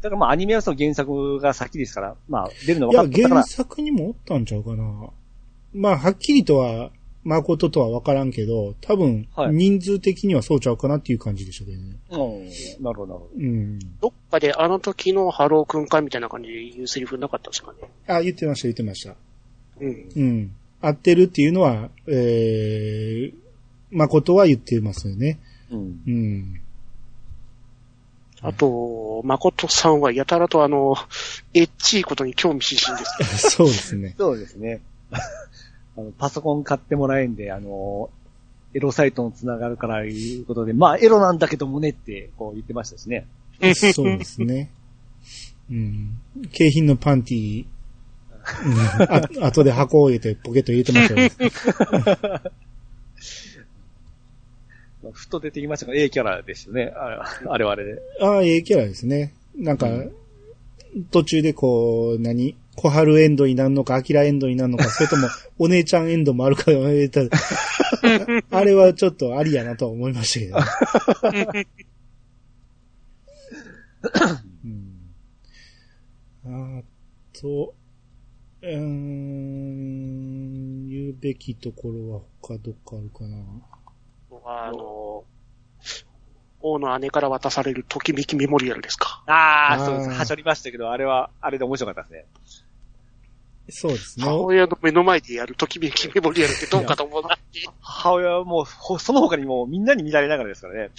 B: だからまあアニメはその原作が先ですから、まあ出るの
A: い
B: 分
A: や
B: か、ってたから
A: 原。作にもおったんちゃうかな。まあ、はっきりとは、誠とは分からんけど、多分
B: は、い
A: 人数的にはそうちゃうかなっていう感じでしたけどね。
B: うん。なるほど、なるほど。
A: うん。
C: どっかであの時のハローくんかみたいな感じで言うセリフなかったですかね。
A: あ、言ってました、言ってました。
C: うん。
A: うん。合ってるっていうのは、えー、誠は言ってますよね。
B: うん。
A: うん。
C: あと、誠さんはやたらとあの、エッチいことに興味津々です。
A: そうですね。
B: そうですね。 あの、パソコン買ってもらえんで、あの、エロサイトのつながるからいうことで、まあエロなんだけどもねってこう言ってましたしね。
A: そうですね。うん。景品のパンティー、うん、あ後で箱を入れてポケット入れてましたよね。
B: まあふと出てきましたが、ええキャラですよね。ああれはあれ で。
A: ああ、ええキャラですね。なんか、
B: う
A: 途中でこう、何小春エンドになるのか、アキラエンドになるのか、それとも、お姉ちゃんエンドもあるか、えーとあれはちょっとありやなとは思いましたけどね。うん、あと、うーん、言うべきところは他どっかあるかな。
C: あの、王の姉から渡されるときめきメモリアルですか。
B: あ
A: あー
B: あ、そうです。はしょりましたけど、あれは、あれで面白かったですね。
A: そうですね。
C: 母親の目の前でやるときめきメモリアルってどうかと思わない。
B: 母親はもう、ほその他にもうみんなに見られながらですからね。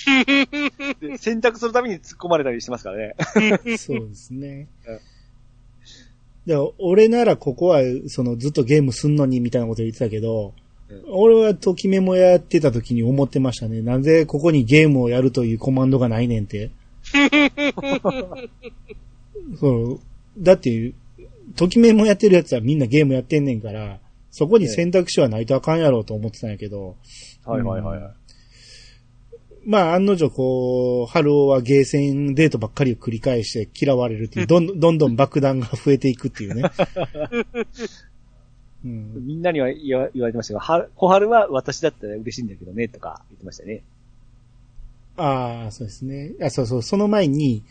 B: で選択するために突っ込まれたりしてますから ね。
A: そうですね
B: うん。
A: で俺ならここは、そのずっとゲームすんのにみたいなこと言ってたけど、
B: うん
A: 俺はときめもやってた時に思ってましたね。なんでここにゲームをやるというコマンドがないねん って。そう。だって、ときめもやってるやつはみんなゲームやってんねんから、そこに選択肢はないとあかんやろうと思ってたんやけど、
B: はいはいはい。
A: まあ案の定こう、春尾はゲーセンデートばっかりを繰り返して嫌われるっていう、どんどんどんどん爆弾が増えていくっていうね。うん、
B: みんなには言わ言われてましたが、は小春は私だったら嬉しいんだけどね、とか言ってましたね。
A: ああ、そうですね。あそうそう、その前に、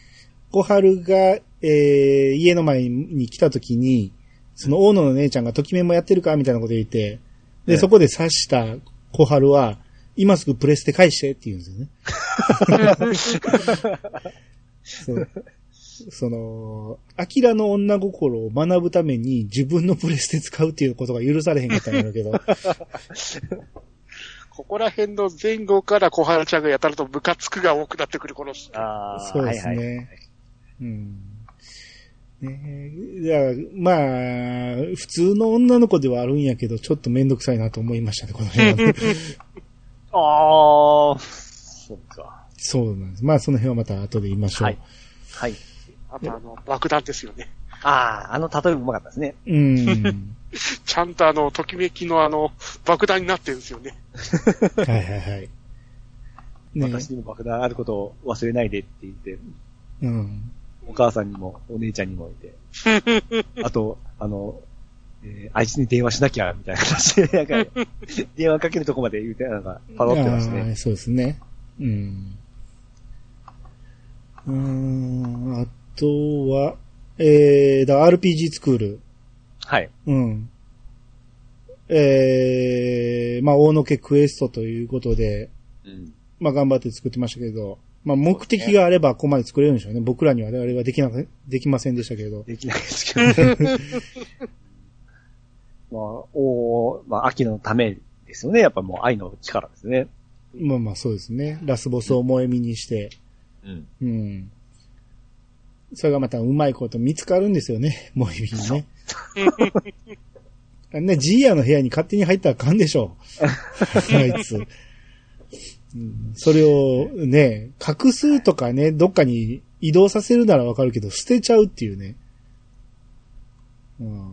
A: 小春が、えー家の前に来た時に、その大野の姉ちゃんがときめんもやってるかみたいなこと言って、で、
B: ええ
A: そこで刺した小春は、今すぐプレステ返してって言うんですよね。 そうその、アキラの女心を学ぶために自分のプレステ使うっていうことが許されへんかったんやろうけど、
C: ここら辺の前後から小原ちゃんがやたらとムカつくが多くなってくるこの、
B: ああ、
A: そうですね。
B: はいはい。
A: うん。ねえ、だからまあ、普通の女の子ではあるんやけど、ちょっとめんどくさいなと思いましたね、この辺は、ね。
B: ああ、そっか。
A: そうなんです。まあ、その辺はまた後で言いましょう。
B: はい。はい。
C: あとあの、爆弾ですよね。
B: ああ、あの例えうまかったですね。
A: うん。
C: ちゃんとあの、ときめきのあの、爆弾になってるんですよね。
A: はいはいはい。ね
B: 私にも爆弾あることを忘れないでって言って、
A: うん。
B: お母さんにもお姉ちゃんにもいて。 あと、あの、えーあいつに電話しなきゃ、みたいな話で、 なんか、電話かけるとこまで言うて、なんか、パロってます
A: あ
B: ね。
A: ーそうですね。うん。うーん、あとは、えー、だから RPG スクール。
B: はい。
A: うん。えー、まあ、大野家クエストということで、
B: うん。
A: まあ、頑張って作ってましたけど、まあ、目的があればここまで作れるんでしょうね。僕らにはあれはできなく、できませんでしたけど。
B: できないですけどね。 まあ、おーまあ、秋のためですよね。やっぱもう愛の力ですね。
A: まあまあ、そうですね。ラスボスを萌え身にして、
B: うん。
A: うん。それがまたうまいこと見つかるんですよね。 萌え身にね。あんなジーヤの部屋に勝手に入ったらあかんでしょ。あいつ。うんそれをね、隠すとかね、どっかに移動させるならわかるけど、捨てちゃうっていうね。うん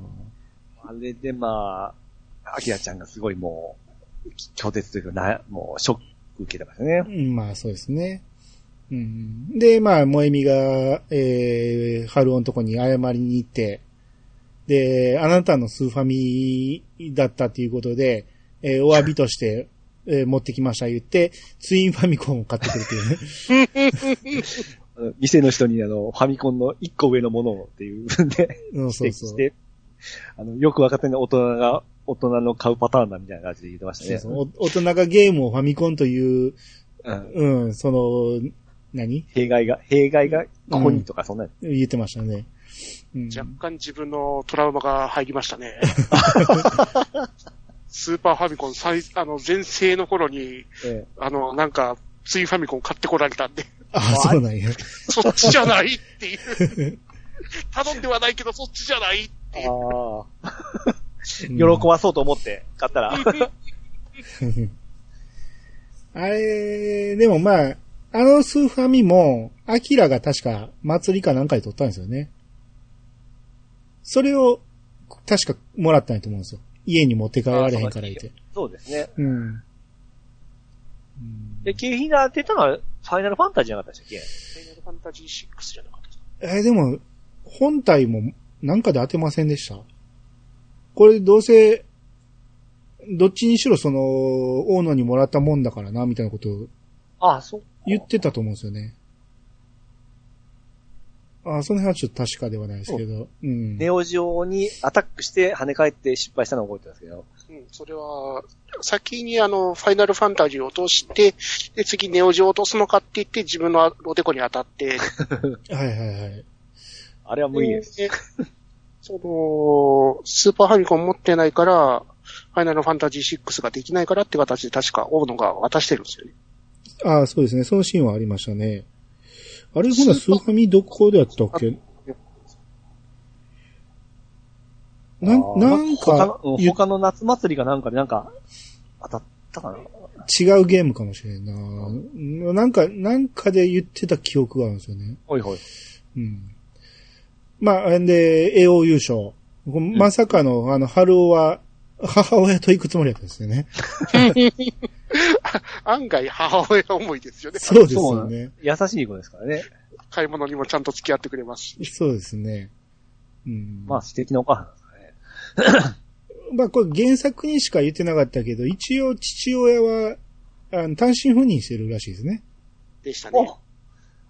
B: あれでまあ、秋ちゃんがすごいもう、拒絶というか、な、もう、ショック受けてますね。
A: うんまあそうですね。うん、で、まあ、萌実が、えー、春尾のとこに謝りに行って、で、あなたのスーファミだったということで、えーお詫びとして、えー持ってきました言って、ツインファミコンを買ってくるっていうね。
B: あの店の人にあの、ファミコンの一個上のものをっていう分で、
A: うん、そう
B: 指摘
A: そう。
B: して、あの、よく若手の大人が、大人の買うパターンだみたいな感じで言ってました
A: そう
B: ね。
A: そうお大人がゲームをファミコンという、
B: うん。
A: うん、その、何
B: 弊害が、弊害がここにとか、そんな、
A: 言ってましたね。うん、
C: 若干自分のトラウマが入りましたね。スーパーファミコン最、あの、全盛の頃に、
B: え
C: あの、なんか、ついファミコン買ってこられたんで、
A: あ、そうなんや。
C: そっちじゃないっていう。 頼んではないけど、そっちじゃないって
B: え
C: いう。
B: ああ。
A: うん
B: 喜ばそうと思って買っ たら、
A: あれ、でもまあ、あのスーファミも、アキラが確か祭りかなんかで撮ったんですよね。それを、確かもらったんやと思うんですよ。家に持って帰られへんからいて。
B: そうですね。
A: うん。
B: で、景品が出たのは、ファイナルファンタジーじゃなかったでしたっ
C: ファイナルファンタジー6じゃなかったですか
A: えーでも、本体もなんかで当てませんでしたこれどうせ、どっちにしろその、大野にもらったもんだからな、みたいなことを
B: けああ、そう。
A: 言ってたと思うんですよね。あその辺はちょっと確かではないですけど。うん。
B: ネオジオにアタックして跳ね返って失敗したのを覚えてますけど。
C: うん、それは、先にあの、ファイナルファンタジーを落として、で、次ネオジを落とすのかって言って、自分のおでこに当たって、
A: はいはいはい。
B: あれは無理です。
C: でその、スーパーファミコン持ってないから、ファイナルファンタジー6ができないからって形で確か大野が渡してるんですよね。
A: ああ、そうですね。そのシーンはありましたね。あれ、ほな、スーファミどこでやったっけな
B: あ
A: ん、
B: ー
A: なんか
B: 他、のうん
A: ゆ
B: 他の夏祭りかなんかでなんか、当たったかな
A: 違うゲームかもしれんな。なんか、なんかで言ってた記憶があるんですよね。
B: おいおい。
A: うん。まあ、んで、AO 優勝。こまさかの、あの、春尾は、母親と行くつもりだったんですよね。
C: 案外母親思いですよね。
A: そうですよね。
B: 優しい子ですからね。
C: 買い物にもちゃんと付き合ってくれますし。
A: そうですね。うん。
B: まあ素敵なお母さんですからね。
A: まあ、これ原作にしか言ってなかったけど、一応父親は、あの単身赴任してるらしいですね。
C: でしたね。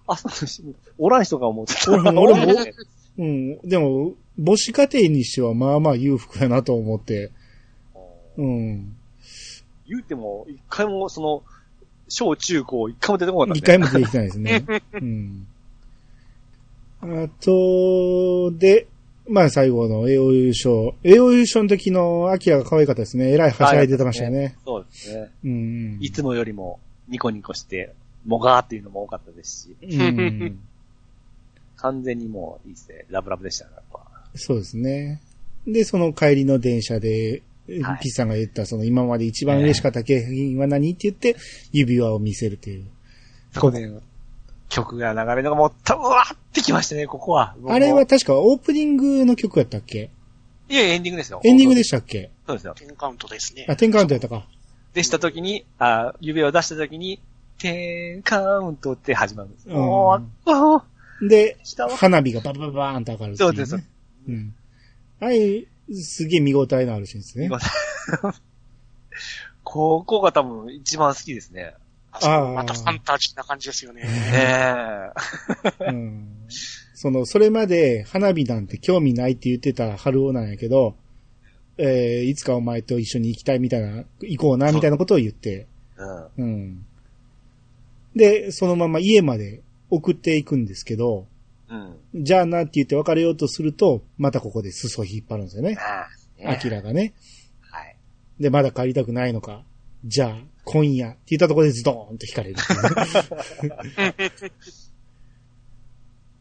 B: おあ、そうです。おらん人が思ってた。
A: 俺 も俺も
B: おらん人
A: うん。でも、母子家庭にしてはまあまあ裕福やなと思って。うん。
B: 言うても、一回も、その、小中高、一回も出てこなかっ
A: 一
B: た、ね。
A: 回も出てきてないですね。うん。あと、で、まあ最後の AO 優勝。AO 優勝の時のアキラが可愛かったですね。えらいはしゃいでてましたよね。
B: そうですね。
A: うん。
B: いつもよりも、ニコニコして、もがーっていうのも多かったですし、
A: うん。
B: 完全にもう、いいですね。ラブラブでしたね、やっぱ
A: そうですね。で、その帰りの電車で、
B: はい
A: ピッさんが言った、その今まで一番嬉しかった景品は何って言って、指輪を見せるという。
B: そこで、曲が流れるのがもう、たぶわーってきましたね、ここは。
A: あれは確かオープニングの曲やったっけ
B: いや、エンディングですよ。
A: エンディングでしたっけ
B: そうですよ。
C: 10カウントですね
A: あ、。10カウントやったか。
B: でしたときに、あ指を出したときに、テンカウントって始まるんです。
A: うん
B: おー、おー、
A: で、
B: 来たわ。
A: 花火がババババーンと上がるってい
B: そう
A: ね、
B: うです、そうです。
A: うん。あれ、すげえ見応えのあるシーンですね。
B: 今ここが多分一番好きですね。
C: あそこ
A: あー
C: またファンタジーな感じですよね。
B: ねえ。
A: うん。その、それまで花火なんて興味ないって言ってた春男なんやけど、えー、いつかお前と一緒に行きたいみたいな、行こうな、みたいなことを言って、
B: う
A: う
B: ん。
A: ん。で、そのまま家まで送っていくんですけど、
B: うん。
A: じゃあなって言って別れようとすると、またここで裾を引っ張るんですよね。
B: ああ。
A: アキラがね。
B: はい。
A: で、まだ帰りたくないのか。じゃあ、今夜って言ったところでズドーンと惹かれるっていうね。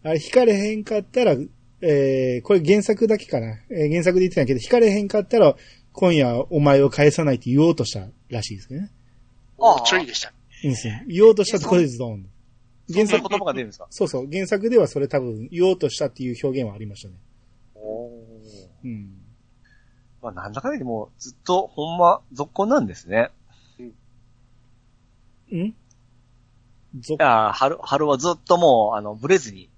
A: あれ、惹かれへんかったら、えー、これ原作だけかな。えー原作で言ってたんやけど、惹かれへんかったら、今夜お前を返さないって言おうとしたらしいですけどね。
C: もうちょいでした。
A: うんそう言おうとしたところでズドーン。
B: 原
A: 原
B: 作
A: 作、
B: 言葉が出るんですか
A: そうそう、原作ではそれ多分言おうとしたっていう表現はありましたね。
B: おー
A: うん。
B: まあ、なんだかんだでも、ずっと、ほんま、続行なんですね。
A: んぞ
B: いや、春、春はずっともう、あの、ブレずに。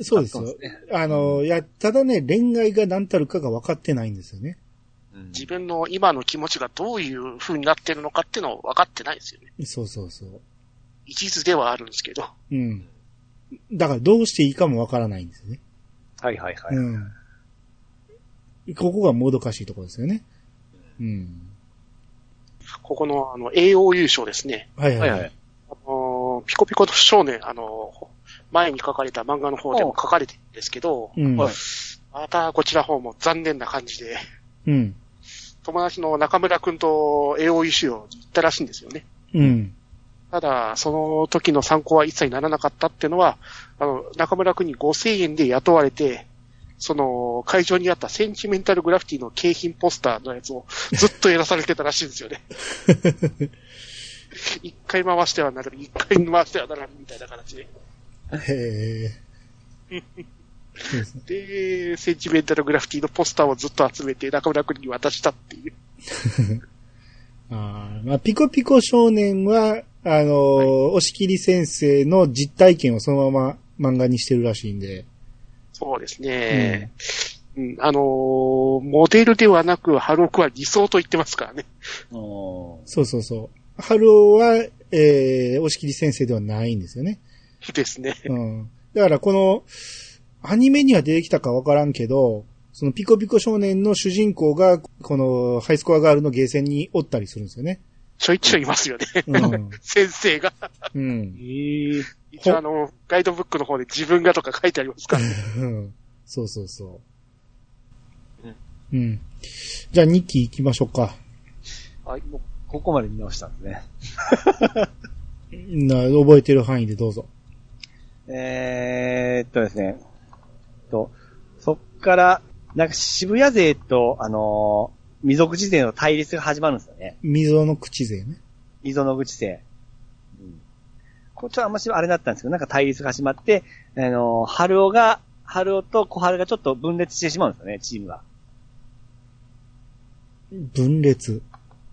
A: そうですよ。
B: ね。
A: あの、いや、ただね、恋愛が何たるかが分かってないんですよね。
B: うん
C: 自分の今の気持ちがどういう風になってるのかっていうのを分かってないですよね。
A: そうそうそう。
C: 一途ではあるんですけど。
A: うん。だからどうしていいかも分からないんですよね。
B: はいはいはい。
A: うん。ここがもどかしいところですよね。うん。
C: ここの、あの、栄養優勝ですね。
A: はいは
B: はいい
A: はい。
B: はい。
C: あのーピコピコ少年、あのー前に書かれた漫画の方でも書かれてるんですけど、
A: うん。
B: はい
C: またこちら方も残念な感じで、
A: うん。
C: 友達の中村くんと栄養優勝を行ったらしいんですよね。
A: うん。
C: ただ、その時の参考は一切ならなかったっていうのは、あの、中村くんに5000円で雇われて、その、会場にあったセンチメンタルグラフィティの景品ポスターのやつをずっとやらされてたらしいんですよ ね。一回回してはなる、一回回してはなる、みたいな形で。
A: へえ。そうですね。
C: で、センチメンタルグラフィティのポスターをずっと集めて中村くんに渡したっていう。
A: あーまあ、ピコピコ少年は、あのー押切先生の実体験をそのまま漫画にしてるらしいんで。
C: そうですね。うん、あのーモデルではなく、ハロークは理想と言ってますからね。
B: おー
A: そうそうそう。春尾は、えー、押切先生ではないんですよね。
C: ですね。
A: うん。だからこの、アニメには出てきたかわからんけど、そのピコピコ少年の主人公が、このハイスコアガールのゲーセンにおったりするんですよね。
C: ちょいちょいいますよね。
A: うん。
C: 先生が。
A: うん。
C: 一応あの、ガイドブックの方で自分がとか書いてありますから、ね、
A: うんそうそうそう。うん。じゃあ、日記行きましょうか。
B: はい、もうここまで見直したんですね。
A: な覚えてる範囲でどうぞ。
B: えーっとですね。と、そっから、なんか渋谷勢と、あのー溝口勢の対立が始まるんですよね。
A: 溝の口勢ね。
B: 溝の口勢。うん。こっちはあんましあれだったんですけど、なんか対立が始まって、あのー春尾が、春尾と小春がちょっと分裂してしまうんですよね、チームが。
A: 分裂。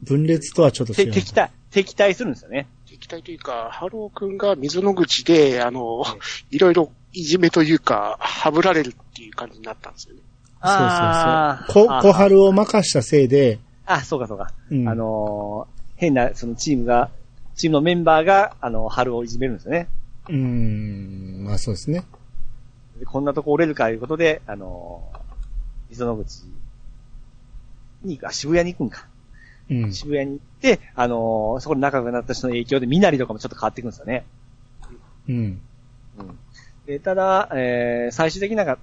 A: 分裂とはちょっと違
B: て
A: う。
B: 敵対、敵対するんですよね。
C: 敵対というか、ハローくんが水の口で、あの、いろいろいじめというか、はぶられるっていう感じになったんですよね。
B: あー
A: そうそうそう。
B: あ
A: こ、
B: ー
A: 小春を任したせいで、
B: あ、そうかそうか。
A: うん
B: あのー変な、そのチームが、チームのメンバーが、あの、春をいじめるんですよね。
A: うーん、まあそうですね。
B: でこんなとこ折れるかいうことで、あのー、磯野口に行く、あ、渋谷に行くんか。
A: うん。
B: 渋谷に行って、あのーそこで仲良くなった人の影響で、身なりとかもちょっと変わっていくんですよね。
A: うん。
B: うん。で、ただ、えー、最終的になんか、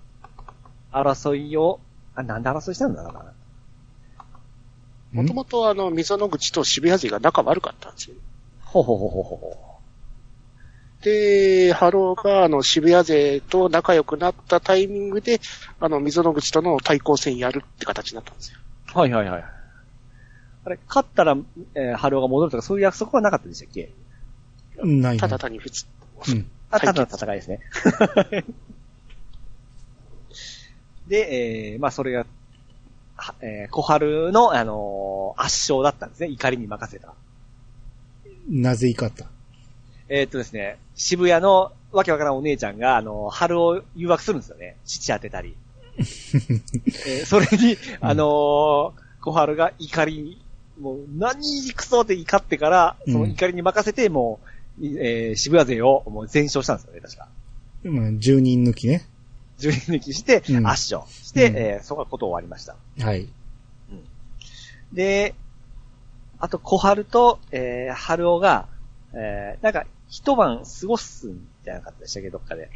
B: 争いを、あ、なんで争いしたんだろうな。
C: もともとあの、溝の口と渋谷勢が仲悪かったんですよ。
B: ほうほうほうほうほ
C: で、ハローがあの、渋谷勢と仲良くなったタイミングで、あの、溝の口との対抗戦やるって形になったんですよ。
B: う。はいはいはい。あれ、勝ったら、えー、ハローが戻るとか、そういう約束はなかったでしたっけ
A: うん。ないな。
C: ただ単に普通。
A: うん。
B: あ、
C: 対
B: た
C: 決
B: だの戦いですね。 で、えー、まあ、それが、はえー、小春の、あのー圧勝だったんですね。怒りに任せた。
A: なぜいかった。
B: えーっとですね、渋谷のわけわからんお姉ちゃんが、あのー春を誘惑するんですよね。父当 てたり。えーそれに、あのー小春が怒りに、もう、何くそって怒ってから、その怒りに任せて、もう、いえー渋谷勢をもう全勝したんですよね、確か。
A: まあ、10人抜きね。
B: 順位抜きして、
A: うん
B: 圧勝して、
A: うん
B: えーそこはことを終わりました。
A: はい。
B: で、あと、小春と、えー、春尾が、えー、なんか、一晩過ごすんじゃなかったでしたっけ、どっかで。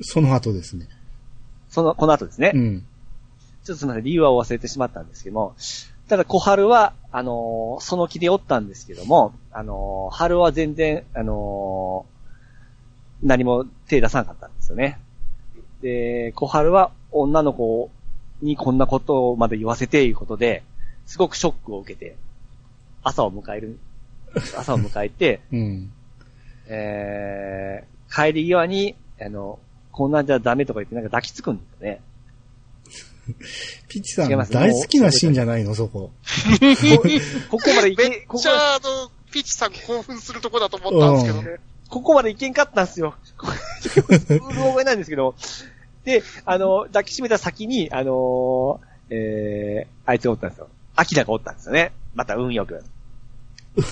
A: その後ですね。
B: その、この後ですね。
A: う
B: ちょ
A: ん。
B: っとすみません、理由は忘れてしまったんですけども、ただ小春は、あのーその気でおったんですけども、あのー春尾は全然、あのー何も手出さなかったんですよね。で、小春は女の子にこんなことまで言わせていうことで、すごくショックを受けて、朝を迎える、朝を迎えて、
A: うん。
B: えー、帰り際に、あの、こんなんじゃダメとか言ってなんか抱きつくんですよね。
A: ピッチさん、
B: 違います
A: 大好きなシーンじゃないの、そこ。
B: ここまで行
C: め
B: け、
C: っ
B: ここ
C: ち
B: まで
C: ゃあの、ピッチさん興奮するとこだと思ったんですけどね。
B: ここまでいけんかったんすよ。 うる覚えなんですけど。で、あの、抱きしめた先に、あのーえー、あいつがおったんですよ。アキラがおったんですよね。また運よ く。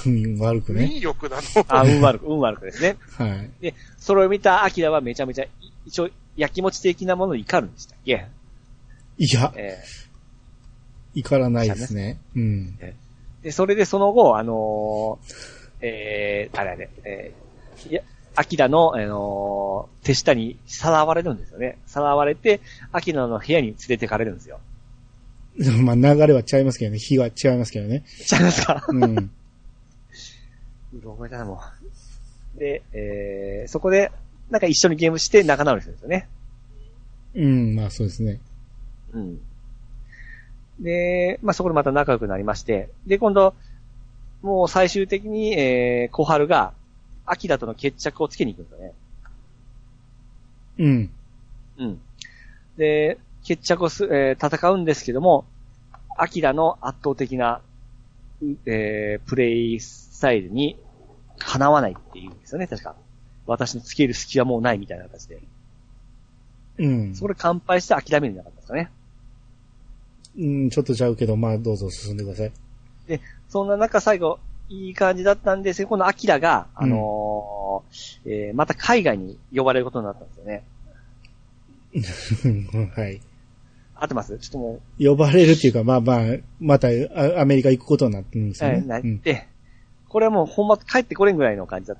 A: うん、悪くね。
C: 民力なの。
B: あ、運悪く、運悪くですね。
A: はい。
B: で、それを見たアキラはめちゃめちゃ、い一応、焼きもち的なものに怒るんでしたっけ
A: いや、
B: え
A: 怒らないですね。うん。
B: ーで、それでその後、あのーえー、誰あれ、えー、いや、アキラの、あのー手下にさらわれるんですよね。さらわれて、アキラの部屋に連れてかれるんですよ。
A: まあ、流れは違いますけどね。日は違いますけどね。
B: ちゃいますか
A: うん。
B: うろ覚えだな、もう。で、えー、そこで、なんか一緒にゲームして仲直りするんですよね。
A: うん、まあそうですね。
B: うん。で、まあ、そこでまた仲良くなりまして、で、今度、もう最終的に、えー、小春が、アキラとの決着をつけに行くんですよね。
A: うん。
B: うん。で、決着をす、えー戦うんですけども、アキラの圧倒的な、うえー、プレイスタイルに、かなわないっていうんですよね、確か。私のつける隙はもうないみたいな形で。
A: うん。
B: そこで乾杯して諦めるんじゃなかったですかね。
A: うん、ちょっとちゃうけど、まあどうぞ進んでください。
B: そんな中最後、いい感じだったんですけど、このアキラが、あのーえーまた海外に呼ばれることになったんですよね。
A: うんはい。
B: 合ってますちょっとも
A: 呼ばれるっていうか、まあまあ、またあアメリカ行くことになってるんです
B: う、
A: よ
B: え
A: ね
B: ー。なっ
A: うん
B: て、これはもうほんま帰ってこれんぐらいの感じだ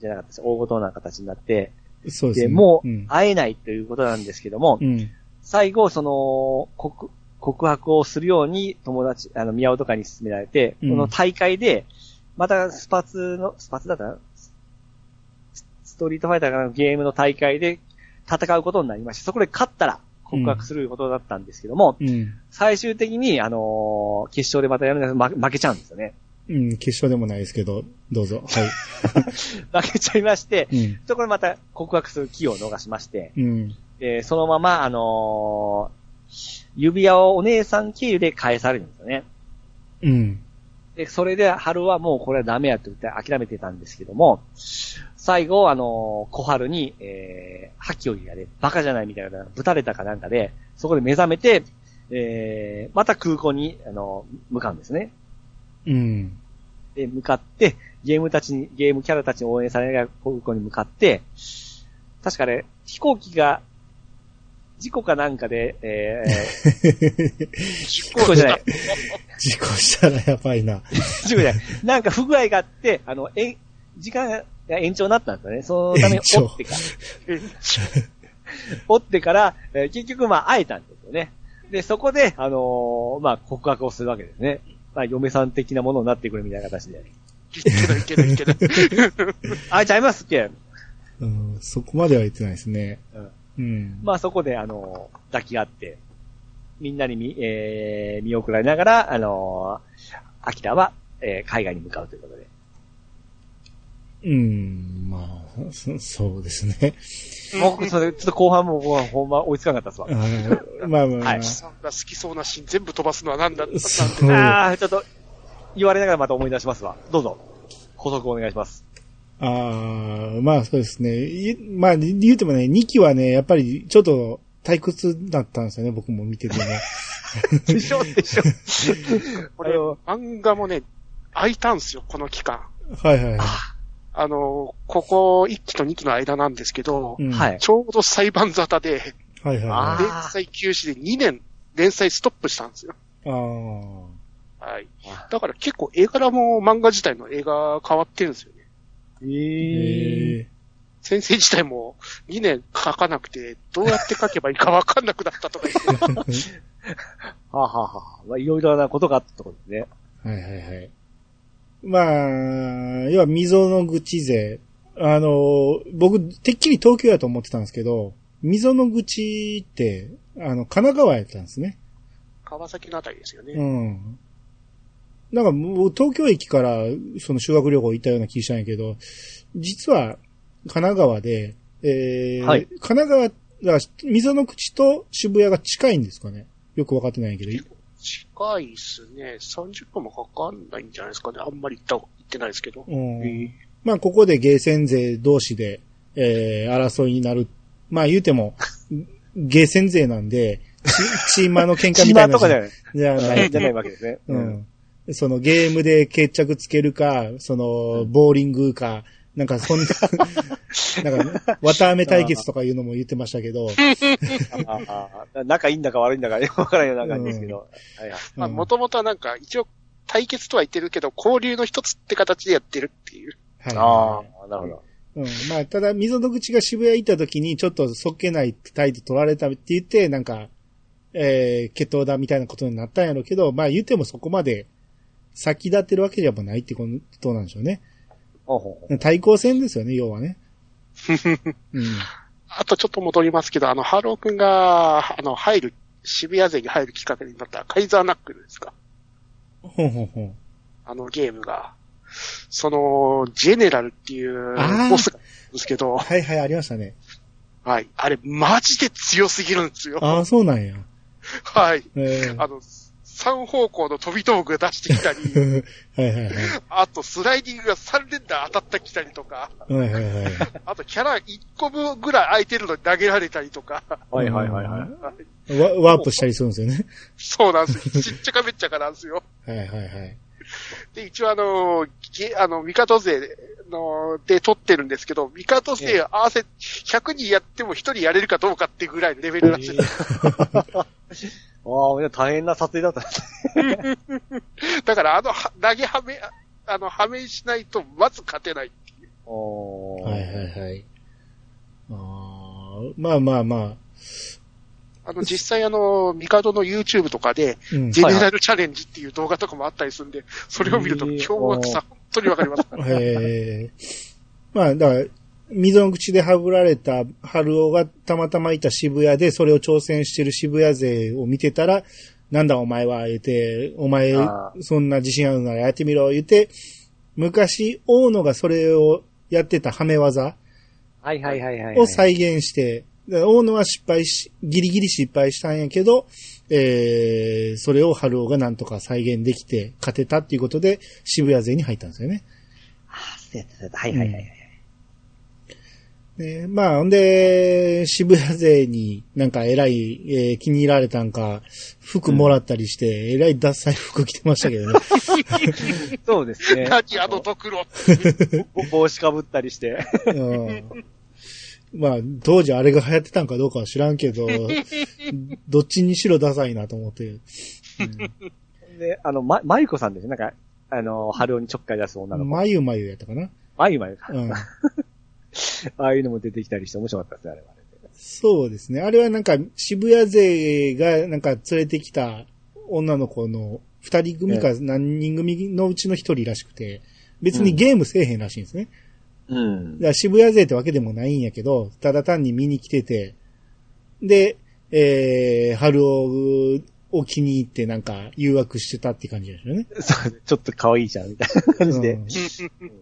B: じゃなかったです。大ごとな形になって、
A: そうです
B: で、
A: ね。
B: もうん会えないということなんですけども、
A: うん。
B: 最後、その、告、告白をするように友達、あの、宮尾とかに勧められて、
A: うん
B: この大会で、またスパツの、スパツだったかなスストリートファイターからのゲームの大会で戦うことになりまして、そこで勝ったら告白することだったんですけども、
A: うん。
B: 最終的に、あのー決勝でまたやるんだけど、ま負けちゃうんですよね。
A: うん、決勝でもないですけど、どうぞ。は
B: 負けちゃいまして、
A: い。うん。
B: そこでまた告白する機を逃しまして、
A: うん。
B: えーそのまま、あのー指輪をお姉さん経由で返されるんですよね。
A: うん。
B: で、それで、春はもうこれはダメやって言って諦めてたんですけども、最後、あのー小春に、えー、覇気を言われ、バカじゃないみたいな、ぶたれたかなんかで、そこで目覚めて、えー、また空港に、あのー向かうんですね。
A: うん。
B: で、向かって、ゲームたちに、ゲームキャラたちに応援されながら空港に向かって、確かね、飛行機が、事故かなんかで、えー、
C: 飛、
B: 事故じゃない
A: 事故したらやばいな。
B: 事故じゃない。なんか不具合があって、あの、え、時間が延長になったんですよね。そのために
A: 延長
B: 折ってから、折ってから、えー結局まあ会えたんですよね。で、そこで、あのーまあ告白をするわけですね。まあ嫁さん的なものになってくるみたいな形で。
C: いけないい けないいけない。
B: 会えちゃいますっけ
A: うん、そこまでは言ってないですね。
B: うん
A: うん。
B: まあそこで、あの、抱き合って、みんなに見、えー見送られながら、あのー、秋田は、えー海外に向かうということで。
A: うん、まあ、そそうですね。
B: もう、それ、ちょっと後半も、後半ほんま追いつかなかったっすわ。
A: はいまあまあまあ、
B: はい
C: さんが好きそうなシーン全部飛ばすのは何だったん
A: そ
C: だ
A: うあ
B: ああ、ちょっと、言われながらまた思い出しますわ。どうぞ。補足お願いします。
A: あ、まあそうですね。いまあ、り言うてもね、2期はね、やっぱりちょっと退屈だったんですよね、僕も見てて ね。
B: でしょでし ょ
C: これ、漫画もね、空いたんすよ、この期間。
A: はいはいは
C: あの、ここ1期と2期の間なんですけど
A: い。、うん
B: はい。
C: ちょうど裁判沙汰で、
A: はいはい
B: あ
A: は
B: ー
A: い。
C: 連載休止で2年、連載ストップしたんですよ。
A: ああ。
C: はい。だから結構絵柄も漫画自体の絵が変わってるんですよね。
B: え
A: へえ
C: 先生自体も2年描かなくて、どうやって描けばいいかわかんなくなったとか言って、
B: はあ、はあはあ、まあ、いろいろなことがあったところですね。
A: はいはいはい。まあ、要は溝の口勢。あの、僕、てっきり東京やと思ってたんですけど、溝の口って、あの、神奈川やったんですね。
C: 川崎のあたりですよね。
A: うん。なんかもう東京駅からその修学旅行行ったような気したんやけど、実は神奈川で、えー
B: はい
A: 神奈川、だから溝の口と渋谷が近いんですかね。よくわかってないけど。
C: 近いっすね。30分もかかんないんじゃないですかね。あんまり行った、行ってないですけど。
A: うん
B: え
A: まあ、ここでゲーセン勢同士で、えー、争いになる。まあ、言うても、 ゲーセン勢なんで、チチー マーの喧
B: ー、
A: 嘩
B: チ
A: み
B: ー
A: た
B: マ
A: い
B: ーと
A: な
B: かじ
A: じ
B: ゃ
A: ゃ
B: ない。
A: じゃ
B: じゃ
A: ない。
B: ないわけですね。
A: う。ん。そのゲームで決着つけるか、その、ボーリングか、なんか そんな、なんか、綿飴対決とかいうのも言ってましたけど、
B: あああ仲いいんだか悪いんだかよくわからんような感じですけど。はいはい
A: うん
C: もともとはなんか、一応、対決とは言ってるけど、交流の一つって形でやってるっていう。
A: はい。
B: ああ、なるほど。
A: うん。まあ、ただ、溝の口が渋谷行った時に、ちょっとそっけない態度取られたって言って、なんか、えー、決闘だみたいなことになったんやろうけど、まあ言ってもそこまで先立ってるわけではないってことなんでしょうね。
B: ほうほうほ
A: 対抗戦ですよね、要は ね。うん。
C: あとちょっと戻りますけど、あの、ハロー君が、あの、入る、渋谷勢に入るきっかけになった、カイザーナックルですか。
A: ほんほんほん。
C: あのゲームが。その、ジェネラルっていう
A: あー
C: ボスがいるんですけど、
A: はいはい、ありましたね。
C: はい。あれ、マジで強すぎるんですよ。
A: ああ、そうなんや。
C: はい。
A: えー、
C: あの、三方向の飛び道具が出してきたり、
A: はいはいはい。
C: あとスライディングが3連打当たってきたりとか、
A: はいはいはい。
C: あとキャラ1個分ぐらい空いてるのに投げられたりとか、
B: う はいはい はいはい。
A: い。ワワープしたりするんですよね。
C: そうなんですよ。ちっちゃかめっちゃかなんですよ。
A: はいはいはい。
C: で、一応あの、ゲあの、味方勢の、で取ってるんですけど、味方勢合わせ、100人やっても1人やれるかどうかってぐらいのレベルらしい。
B: ああ、大変な撮影だったんですね。
C: だからあの、は投げはめ、あの、はめしないとまず勝てない。
B: おー
A: はいはいはい。あーまあまあまあ。
C: あの、実際あの、ミカドの YouTube とかで、
A: うん。
C: ジェネラルチャレンジっていう動画とかもあったりするんで、それを見ると凶悪さ、本当にわかり ますから。
A: ええまあ、だから、溝の口ではぶられた春尾がたまたまいた渋谷で、それを挑戦してる渋谷勢を見てたら、なんだお前は、言って、お前
B: あ、
A: そんな自信あるならやってみろ、言って、昔、大野がそれをやってたハメ技
B: はいはいはいはいはい。
A: を再現して、だから大野は失敗し、ギリギリ失敗したんやけど、ええそれを春尾がなんとか再現できて、勝てたっていうことで、渋谷勢に入ったんですよね。
B: はいはいはい。
A: ね、まあ、ほんで、渋谷勢になんか偉い、えー気に入られたんか、服もらったりして、偉いダサい服着てましたけどね。
B: そうですね。
C: 何あのドクロ。
B: ぼ帽子かぶったりして。
A: うんまあ、当時あれが流行ってたんかどうかは知らん けど、どっちにしろダサいなと思って。
B: で、あの、ま、まゆこさんですね。なんか、あの、春尾にちょっかい出す
A: う
B: 女の
A: ん。
B: 子。
A: まゆまゆやったかな。
B: まゆまゆか。
A: うん。
B: ああいうのも出てきたりして面白かったですね、あれはね。
A: そうですね。あれはなんか渋谷勢がなんか連れてきた女の子の二人組か何人組のうちの一人らしくて、別にゲームせえへんらしいんですね。
B: うん
A: だか。ら渋谷勢ってわけでもないんやけど、ただ単に見に来てて、で、えー、春を、を気に入ってなんか誘惑してたって感じですよね。
B: そう、ちょっと可愛いじゃん、みたいな感じで。
A: うん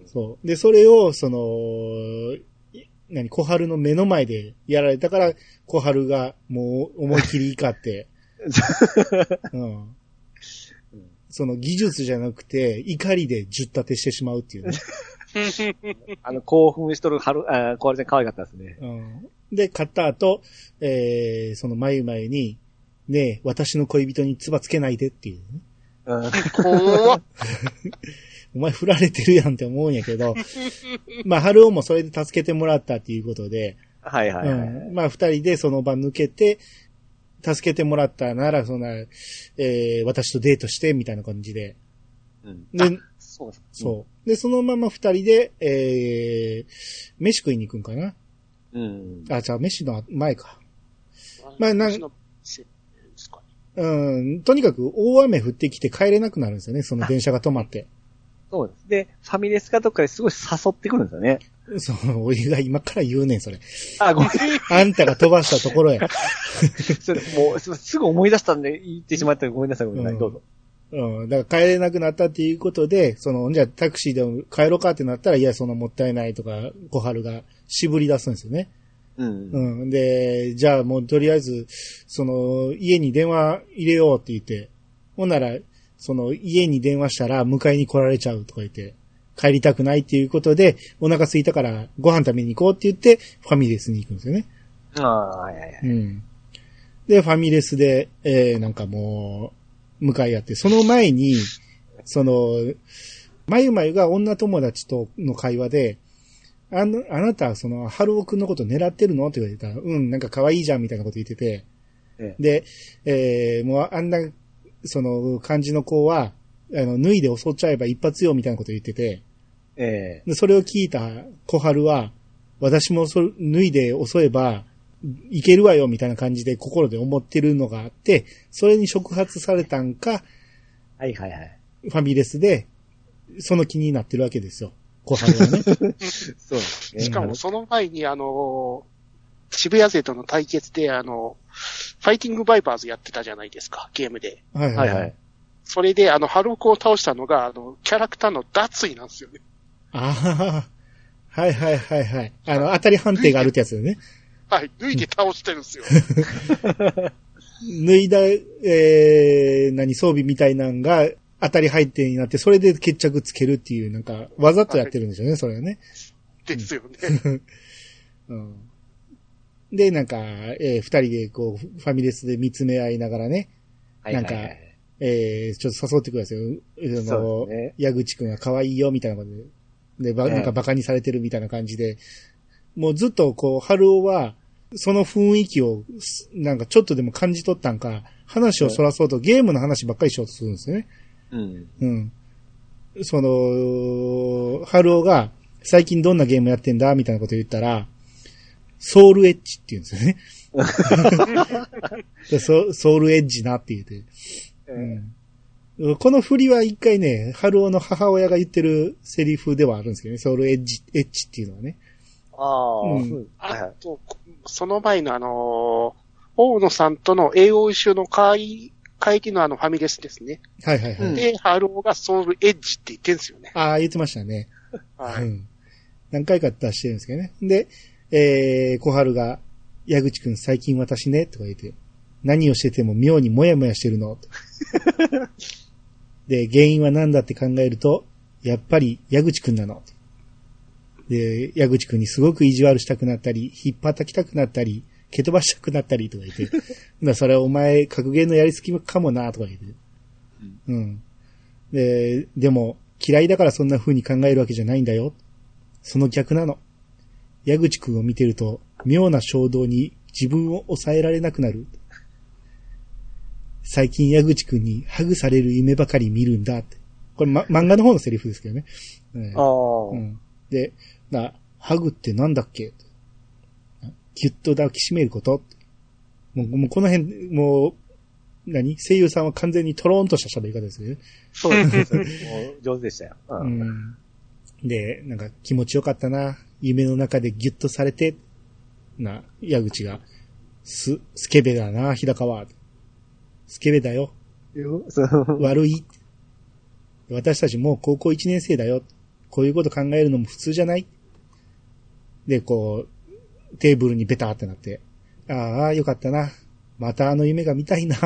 A: そう。で、それを、その、い何、小春の目の前でやられたから、小春がもう思い切り怒って、うん
B: ん。
A: その技術じゃなくて、怒りで十立てしてしまうっていうね。
B: あの、興奮しとる春、あー、小春ちゃん可愛かったですね。
A: うん、で、買った後、えー、その眉々に、ねえ、私の恋人に唾つけないでっていうね、
B: うん。
C: 怖っ
A: お前振られてるやんって思うんやけど、まあ、春尾もそれで助けてもらったっていうことで、
B: はいはいはい。
A: うん、まあ、二人でその場抜けて、助けてもらったなら、そんな、えー、私とデートして、みたいな感じで。
B: うん。
A: で、
B: そうそう。
A: そう。で、そのまま二人で、えー、飯食いに行くんかな
B: うん。
A: あ、じゃあ飯の前か。 まあなん
C: せですかね
A: うん、とにかく大雨降ってきて帰れなくなるんですよね、その電車が止まって。
B: そうです。で、ファミレスかどっかですごい誘ってくるんですよね。
A: その、俺が今から言うねん、それ。
B: あ、ごめん。
A: あんたが飛ばしたところや。
B: それもう、すすぐ思い出したんで言ってしまったらごめんなさい、ごめんなさ
A: う
B: い。
A: ん
B: どうぞ。
A: うん、だから帰れなくなったっていうことで、その、じゃあタクシーでも帰ろうかってなったら、いや、そのもったいないとか、小春が渋り出すんですよね。
B: うん。
A: うん、で、じゃあもうとりあえず、その、家に電話入れようって言って、ほんなら、その、家に電話したら迎えに来られちゃうとか言って、帰りたくないっていうことで、お腹空いたからご飯食べに行こうって言って、ファミレスに行くんですよね。
B: ああ、はいはいはい。
A: うん。で、ファミレスで、えー、なんかもう、向かい合って、その前に、その、まゆまゆが女友達との会話で、あの、あなた、その、春尾くんのこと狙ってるのって言われたら、うん、なんか可愛いじゃん、みたいなこと言ってて、
B: え
A: で、えー、もうあんな、その、感じの子は、あの、脱いで襲っちゃえば一発よ、みたいなこと言ってて、
B: ええ
A: でそれを聞いた小春は、私もそれ脱いで襲えば、いけるわよ、みたいな感じで心で思ってるのがあって、それに触発されたんか、
B: はいはいはい。
A: ファミレスで、その気になってるわけですよ。小春は ね。
B: そうですね。
C: しかもその前に、あの、渋谷勢との対決で、あの、ファイティングバイバーズやってたじゃないですか、ゲームで。
A: はい
B: はいはい。。
C: それで、あの、ハロークを倒したのが、あの、キャラクターの脱衣なんですよね。
A: ああ、はいはいはいはい。あの、当たり判定があるってやつだよね。
C: はい、脱いで倒してるんで すよ。
A: 脱いだ、えー、何、装備みたいなんが当たり判定になって、それで決着つけるっていう、なんか、わざとやってるんですよね、それはね。
C: ですよね。
A: うんで、なんか、えー二人でこう、ファミレスで見つめ合いながらね、
B: はいはいはい。
A: なんかえー、ちょっと誘ってくるんですよ。あ
B: そう
A: の、
B: ですね
A: 矢口くんが可愛いよ、みたいなことで。で、ば、
B: ええ
A: なんかバカにされてるみたいな感じで、もうずっとこう、春尾は、その雰囲気をす、なんかちょっとでも感じ取ったんか、話をそらそうと、ゲームの話ばっかりしようとするんですよね。
B: うん。
A: うん。その、春尾が、最近どんなゲームやってんだみたいなこと言ったら、ソウルエッジって言うんですよね。でソソウルエッジなって言って。うん、この振りは一回ね、春尾の母親が言ってるセリフではあるんですけどね、ソウルエッジ、エッジっていうのはね。
B: ああ、
A: うん
B: そうはいは
C: あ
B: い。
C: と、その前のあの、大野さんとの英語一周の会、会議のあのファミレスですね。
A: はいはいはい。
B: うん
C: で、ハローがソウルエッジって言ってんすよね。
A: ああ、言ってましたね。
C: は
A: う
C: い。
A: ん。何回か出してるんですけどね。で、えー、小春が、矢口くん最近私ね、とか言って、何をしてても妙にモヤモヤしてる の。とで、原因は何だって考えると、やっぱり矢口くんなの。で、矢口くんにすごく意地悪したくなったり、引っ叩きたくなったり、蹴飛ばしたくなったりとか言って、 ほんならそれはお前、格言のやりすぎかもな、とか言って。うん。で、でも、嫌いだからそんな風に考えるわけじゃないんだよ。その逆なの。矢口くんを見てると、妙な衝動に自分を抑えられなくなる。最近矢口くんにハグされる夢ばかり見るんだって。これ、ま、漫画の方のセリフですけどね。うん
B: ああ、
A: うんで、な、ハグってなんだっけギュッと抱きしめることもう、もうこの辺、もう、何声優さんは完全にトローンとした喋り方ですよね。
B: そうですね。もう上手でしたよ。う。
A: うんん。で、なんか気持ちよかったな。夢の中でギュッとされて、な、矢口が、す、スケベだな、日高は。スケベだよ。
B: そう
A: 悪い。私たちもう高校1年生だよ。こういうこと考えるのも普通じゃないで、こう、テーブルにベターってなって。ああ、よかったな。またあの夢が見たいな。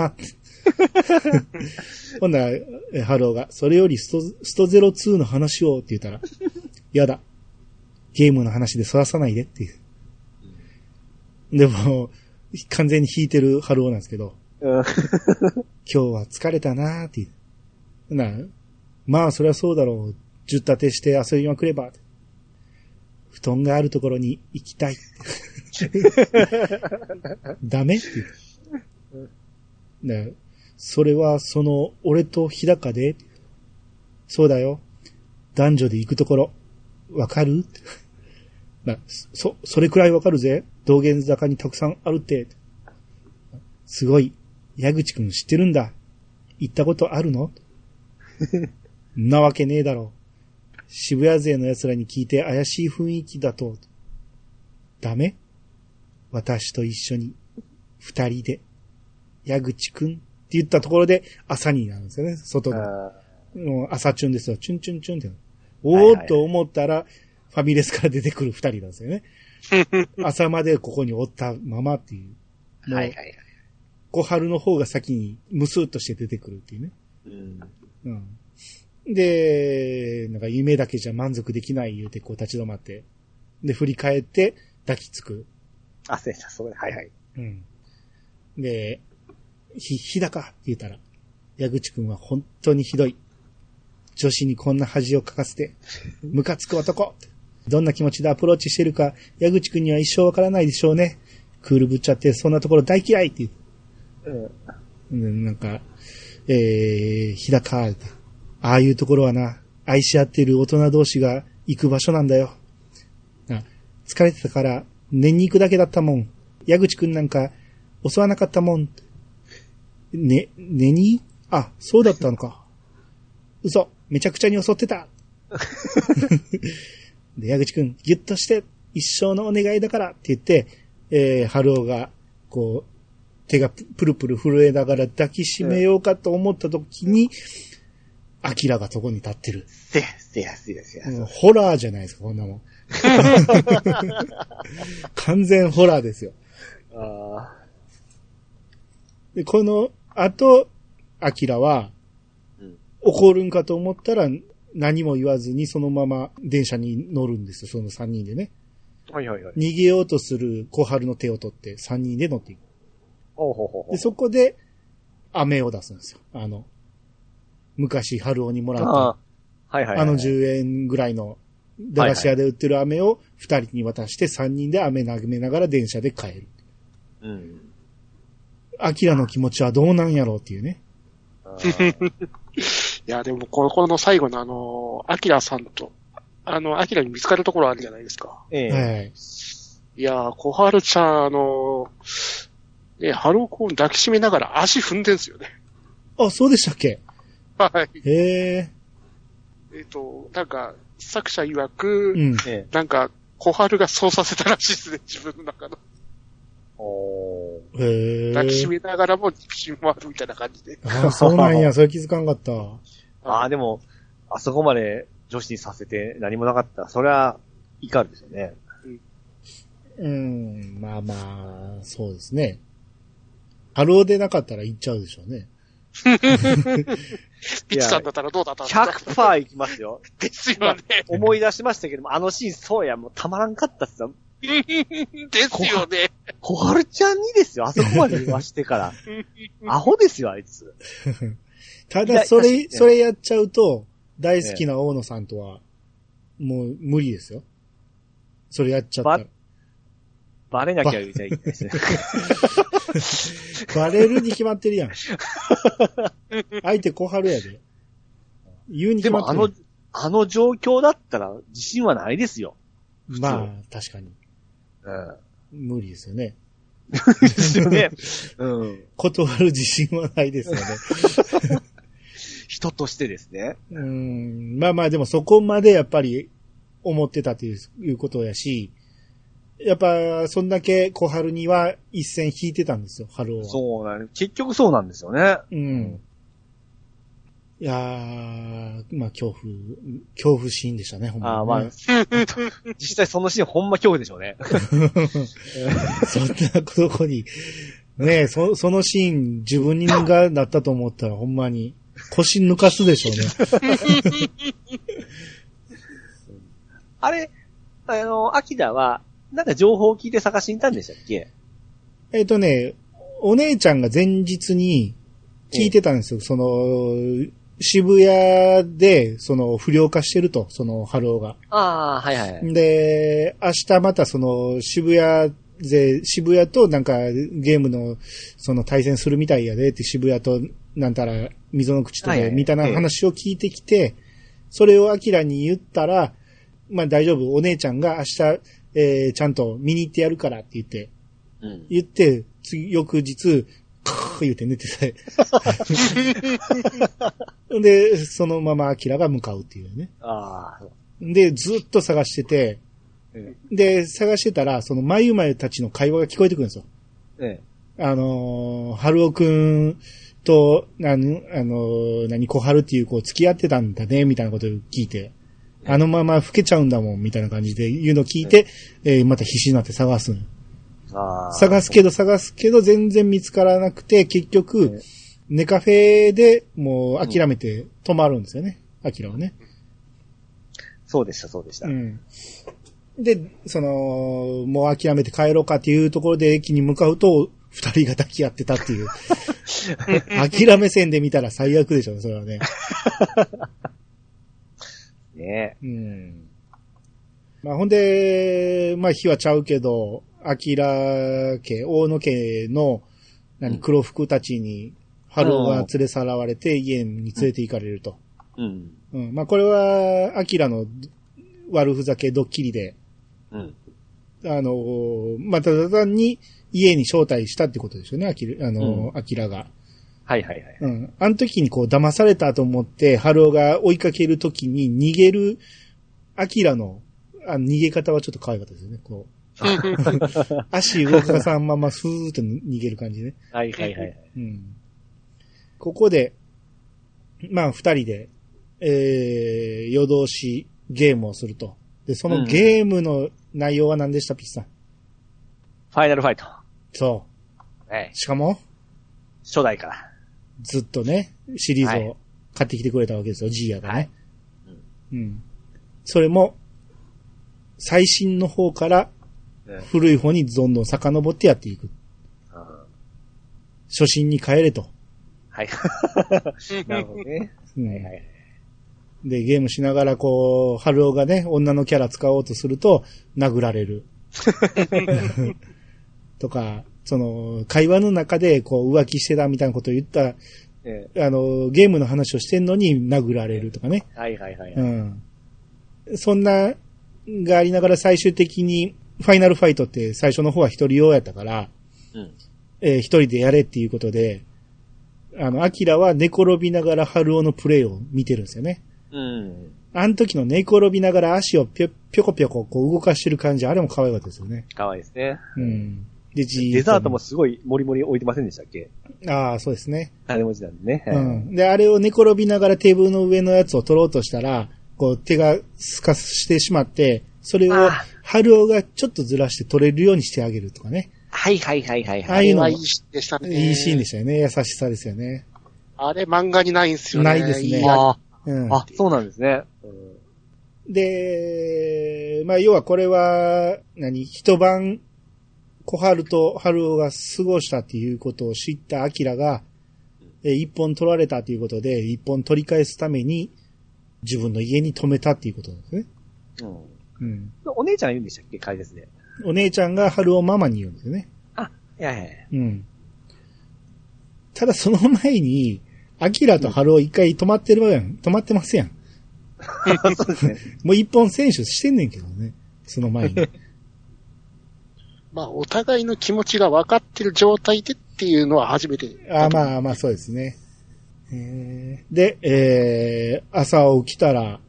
A: ほんなら、えハローが、それよりスト、ストゼロ2の話をって言ったら、やだ。ゲームの話でそらさないでっていう。でも、完全に引いてるハローなんですけど、
B: うん
A: 今日は疲れたなーっていう。なあ、まあそりゃそうだろう。十立てして遊びまくれば。布団があるところに行きたい。ダメっていう。なあ、それはその、俺と日高で、そうだよ。男女で行くところ、わかる なあ、そ、それくらいわかるぜ。道玄坂にたくさんあるって。すごい、矢口くん知ってるんだ。行ったことあるのんなわけねえだろう。渋谷勢の奴らに聞いて怪しい雰囲気だと。ダメ私と一緒に、二人で、矢口くんって言ったところで朝になるんですよね、外の。
B: あ
A: もう朝チュンですよ。チュンチュンチュンって。
B: はい
A: お
B: はい
A: おっと思ったら、ファミレスから出てくる二人なんです よね。朝までここにおったままっていう。
B: ーはいはいはい。
A: 小春の方が先にムスッとして出てくるっていうね。
B: うん
A: うん。で、なんか夢だけじゃ満足できない言うてこう立ち止まって。で、振り返って抱きつく。
B: あ、そうでした、そうではいはい。
A: うん。で、ひ、日高って言ったら、矢口くんは本当にひどい。女子にこんな恥をかかせて、ムカつく男。どんな気持ちでアプローチしてるか、矢口くんには一生わからないでしょうね。クールぶっちゃって、そんなところ大嫌いって言う
B: うん。
A: うんなんか、えー、日高、ああいうところはな、愛し合っている大人同士が行く場所なんだよ。あ疲れてたから、念に行くだけだったもん。矢口くんなんか、襲わなかったもん。ね、寝にあ、そうだったのか。 嘘、めちゃくちゃに襲ってた。で、矢口くん、ぎゅっとして、一生のお願いだからって言って、えー、春尾が、こう、手がププルプル震えながら抱きしめようかと思った時に、アキラがそこに立ってる。
B: せや、せや、せや、せや。
A: うんホラーじゃないですか、こん なもん。完全ホラーですよ。
B: あ
A: で、この後、アキラは
B: うん、
A: 怒るんかと思ったら、何も言わずにそのまま電車に乗るんですよ、その3人でね。
B: ーはいはいはい。
A: 逃げようとする小春の手を取って3人で乗っていく。
B: おうほうほうほ
A: で、
B: う。
A: そこで、飴を出すんですよ。あの、昔春尾にもらった、
B: あーはいはいはい。
A: あの10円ぐらいの駄菓子屋で売ってる飴を2人に渡して3人で飴投げながら電車で帰る。
B: うん。
A: アキラの気持ちはどうなんやろうっていうね。
B: あー
C: いや、でも、ここの最後のあの、アキラさんと、あの、アキラに見つかるところあるじゃないですか。
B: え
A: は
B: え。
A: い。
C: いやー、小春ちゃん、あの、ね、ハローコーン抱きしめながら足踏んでんすよね。
A: あ、そうでしたっけ
C: はい。
A: へえ。
C: えっ、と、なんか、作者曰く、
A: うん。
B: ええ。
C: なんか、小春がそうさせたらしいですね、自分の中の。
B: おー
A: へえ。
C: 抱きしめながらも憎しみもあるみたいな感じで。
A: あ、そうなんや。それ気づかんかった。
B: ああ、でも、あそこまで女子にさせて何もなかった。それは、怒るでしょうね。
A: うん。まあまあ、そうですね。ハローでなかったら行っちゃうでしょうね。
C: ピッチさんだったらどうだったんですか
B: 100%いきますよ。
C: ですよね。
B: 思い出しましたけども、あのシーン、そうや、もうたまらんかったっすよ。
C: ですよね。
B: 小春ちゃんにですよ、あそこまで言わして から。アホですよ、あいつ。
A: た
B: い
A: だ、
B: や
A: そ
B: 確かに
A: れ、
B: ね
A: それやっちゃうと、大好きな大野さんとは、もう無理ですよ。それやっちゃった。
B: バレなきゃみたいな ですね。
A: バレるに決まって るやん。相手小春やで。言うに決
B: で
A: まっ
B: も
A: て
B: あ
A: る。
B: の、あの状況だったら自信はないですよ。
A: まあ、確かに。
B: うん。
A: 無理ですよね。
B: ですよね。うん。
A: 断る自信はないですよね。
B: 人としてですね。
A: うーんまあまあでもそこまでやっぱり思ってたといういうことやし、やっぱそんだけ小春には一線引いてたんですよ、春を。う。
B: そうなん結局そうなんですよね。
A: うん。いやー、まあ恐怖、恐怖シーンでしたね、ほんまに、ね。
B: ああ、まあ、 実際そのシーンほんま恐怖でしょうね。
A: そんなとこに、ねえ、そ、そのシーン自分がなったと思ったらほんまに腰抜かすでしょうね。
B: あれ、あの、アキラは、なんか情報を聞いて探しに行ったんでしたっけ
A: えっ、とね、お姉ちゃんが前日に聞いてたんですよ。その、渋谷で、その、不良化してると、その、春尾が。
B: ああ、はいはいはい。
A: で、明日またその、渋谷で、渋谷となんか、ゲームの、その、対戦するみたいやで、って渋谷と、なんたら、溝の口とか
B: はいは、い
A: みたいな話を聞いてきて、それをアキラに言ったら、まあ大丈夫、お姉ちゃんが明日、えーちゃんと見に行ってやるからって言って、
B: うん。
A: 言って、次、翌日、カー言って寝てて。で、そのままアキラが向かうっていうね。
B: ああ、そう
A: で、ずっと探してて、
B: うん
A: で、探してたら、その、まゆまゆたちの会話が聞こえてくるんですよ。
B: え
A: あのー、はるおくんと、なん、あのー、何、小春っていう子付き合ってたんだね、みたいなことを聞いて、あのまま老けちゃうんだもん、みたいな感じで言うのを聞いて、えーまた必死になって探すの
B: え。ああ。
A: 探すけど探すけど全然見つからなくて、結
B: ね
A: 局、ネカフェでもう諦めて止まるんですよね。アキラはね。
B: そうでした、そうでした。
A: うん。で、その、もう諦めて帰ろうかっていうところで駅に向かうと、二人が抱き合ってたって いう。諦め線で見たら最悪でしょうね、それはね。
B: ね
A: うん。まあ、ほんで、まあ、火はちゃうけど、アキラ家、大野家の、
B: う
A: 何、
B: ん
A: 黒服たちに、春尾が連れさらわれて、家に連れて行かれると。
B: え。うん。
A: うん。まあ、これは、アキラの悪ふざけドッキリで、
B: うん。
A: あのー、まあ、ただ単に家に招待したってことですよね、アキラ、あのー、アキラが。
B: はいはいはい。
A: うん。あの時にこう騙されたと思って、春尾が追いかける時に逃げる、アキラの、あの逃げ方はちょっと可愛かったですよね。こう、足動かさんままスーッと逃げる感じね。
B: はいはいはい。
A: うん。ここで、まあ二人で、えー、夜通しゲームをすると。で、そのゲームの内容は何でした、ピッチさん。
B: ファイナルファイト。
A: そ
B: ええ
A: う。。しかも、
B: 初代から。
A: ずっとね、シリーズを買ってきてくれたわけですよ、ジーヤがね。
B: はい
A: うん。それも、最新の方から
B: うん
A: 古い方にどんどん遡ってやっていく。
B: うん
A: 初心に帰れと。
B: はい。 なるほどね。
A: うん
B: はいはい。
A: で、ゲームしながら、こう、春尾がね、女のキャラ使おうとすると、殴られ る。とか、その、会話の中で、こう、浮気してたみたいなことを言った、
B: え
A: あの、ゲームの話をしてんのに殴られるとかね。
B: え。はいはいはいうはい。
A: ん。そんな、がありながら最終的に、ファイナルファイトって最初の方は一人用やったから、
B: うん。
A: えー一人でやれっていうことで、あの、アキラは寝転びながら春尾のプレイを見てるんですよね。
B: うん。
A: あの時の寝転びながら足をぴょ、ぴょこぴょここう動かしてる感じ、あれも可愛かったですよね。
B: かわいいですね。
A: うん。で、じ
B: デ
A: と
B: ザートも。すごいもりもり置いてませんでしたっけ
A: ああ、そうですね。
B: 金持ちなんでね。
A: う
B: はい
A: ん。で、あれを寝転びながらテーブルの上のやつを取ろうとしたら、こう手がスカスしてしまって、それを
B: ああ
A: 春尾がちょっとずらして取れるようにしてあげるとかね。
B: はいはいはいはい
A: ああ
B: は
A: いう
B: い。
A: のも
C: あれはいいシーンでしたね。
A: いいシーンでしたよね。優しさですよね。
C: あれ漫画にないんですよね。
A: ないですね
C: や
B: あ
A: うん。
B: あ、そうなんですね。うん
A: で、まあ、要はこれは、何、一晩、小春と春尾が過ごしたっていうことを知った明が、えー一本取られたということで、一本取り返すために、自分の家に泊めたっていうことなんですね。
B: うん。
A: ううん。
B: お姉ちゃんが言うんでしたっけ解説で。
A: お姉ちゃんが春をママに言うんですよね。
B: いやいやいや
A: うん。ただその前に、アキラと春を一回止まってるわやん。止まってますやん。
B: そうですね。
A: もう一本選手してんねんけどね。その前に。
C: まあ、お互いの気持ちが分かってる状態でっていうのは初めて。
A: あまあまあ、そうですね。えーで、えー朝起きたら、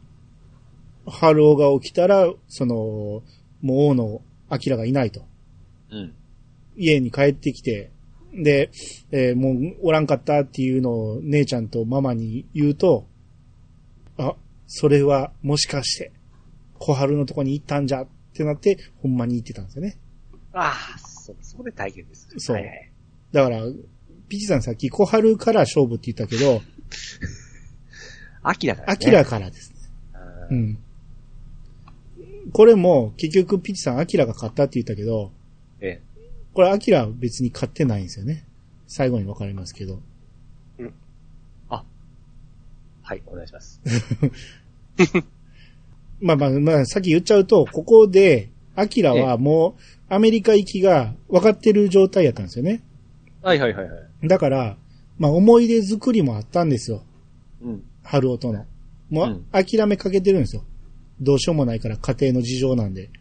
A: 春尾が起きたら、その、もう王の明がいないと。
B: うん。
A: 家に帰ってきて、で、えーもうおらんかったっていうのを姉ちゃんとママに言うと、あ、それはもしかして、小春のとこに行ったんじゃってなって、ほんまに行ってたんですよね。
B: ああ、そう、そこで体験です。
A: そう
B: はいはい
A: だから、ピチさんさっき小春から勝負って言ったけど、
B: アキラから、
A: ア
B: ね。
A: キラからですね。
B: う。
A: うんん。これも、結局ピチさんアキラが勝ったって言ったけど、
B: ええ
A: これアキラ別に勝ってないんですよね。最後に分かりますけど。
B: はい、お願いします。
A: まあまあまあ、さっき言っちゃうと、ここで、アキラはもう、アメリカ行きが分かってる状態やったんですよね。
B: はいはいはいはい。
A: だから、まあ思い出作りもあったんですよ。
B: うん。
A: 春夫との。も
B: う、
A: うん諦めかけてるんですよ。どうしようもないから家庭の事情なんで。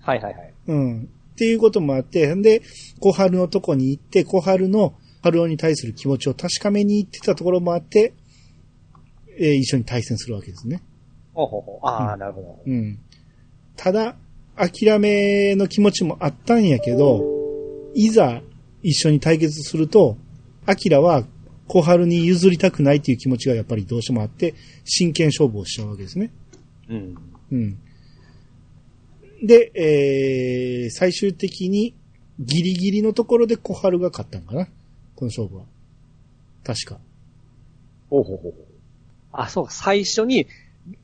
B: はいはいはい。
A: うん。っていうこともあって、んで、小春のとこに行って、小春の春夫に対する気持ちを確かめに行ってたところもあって、えー一緒に対戦するわけですね。
B: ほうほうほう。ああ、
A: うん
B: なるほど。
A: うん。ただ、諦めの気持ちもあったんやけど、いざ一緒に対決すると、アキラは小春に譲りたくないっていう気持ちがやっぱりどうしてもあって、真剣勝負をしちゃうわけですね。
B: うん。
A: うん。で、えー、最終的にギリギリのところで小春が勝ったんかなこの勝負は。確か。
B: ほうほうほうほう。あ、そうか、最初に、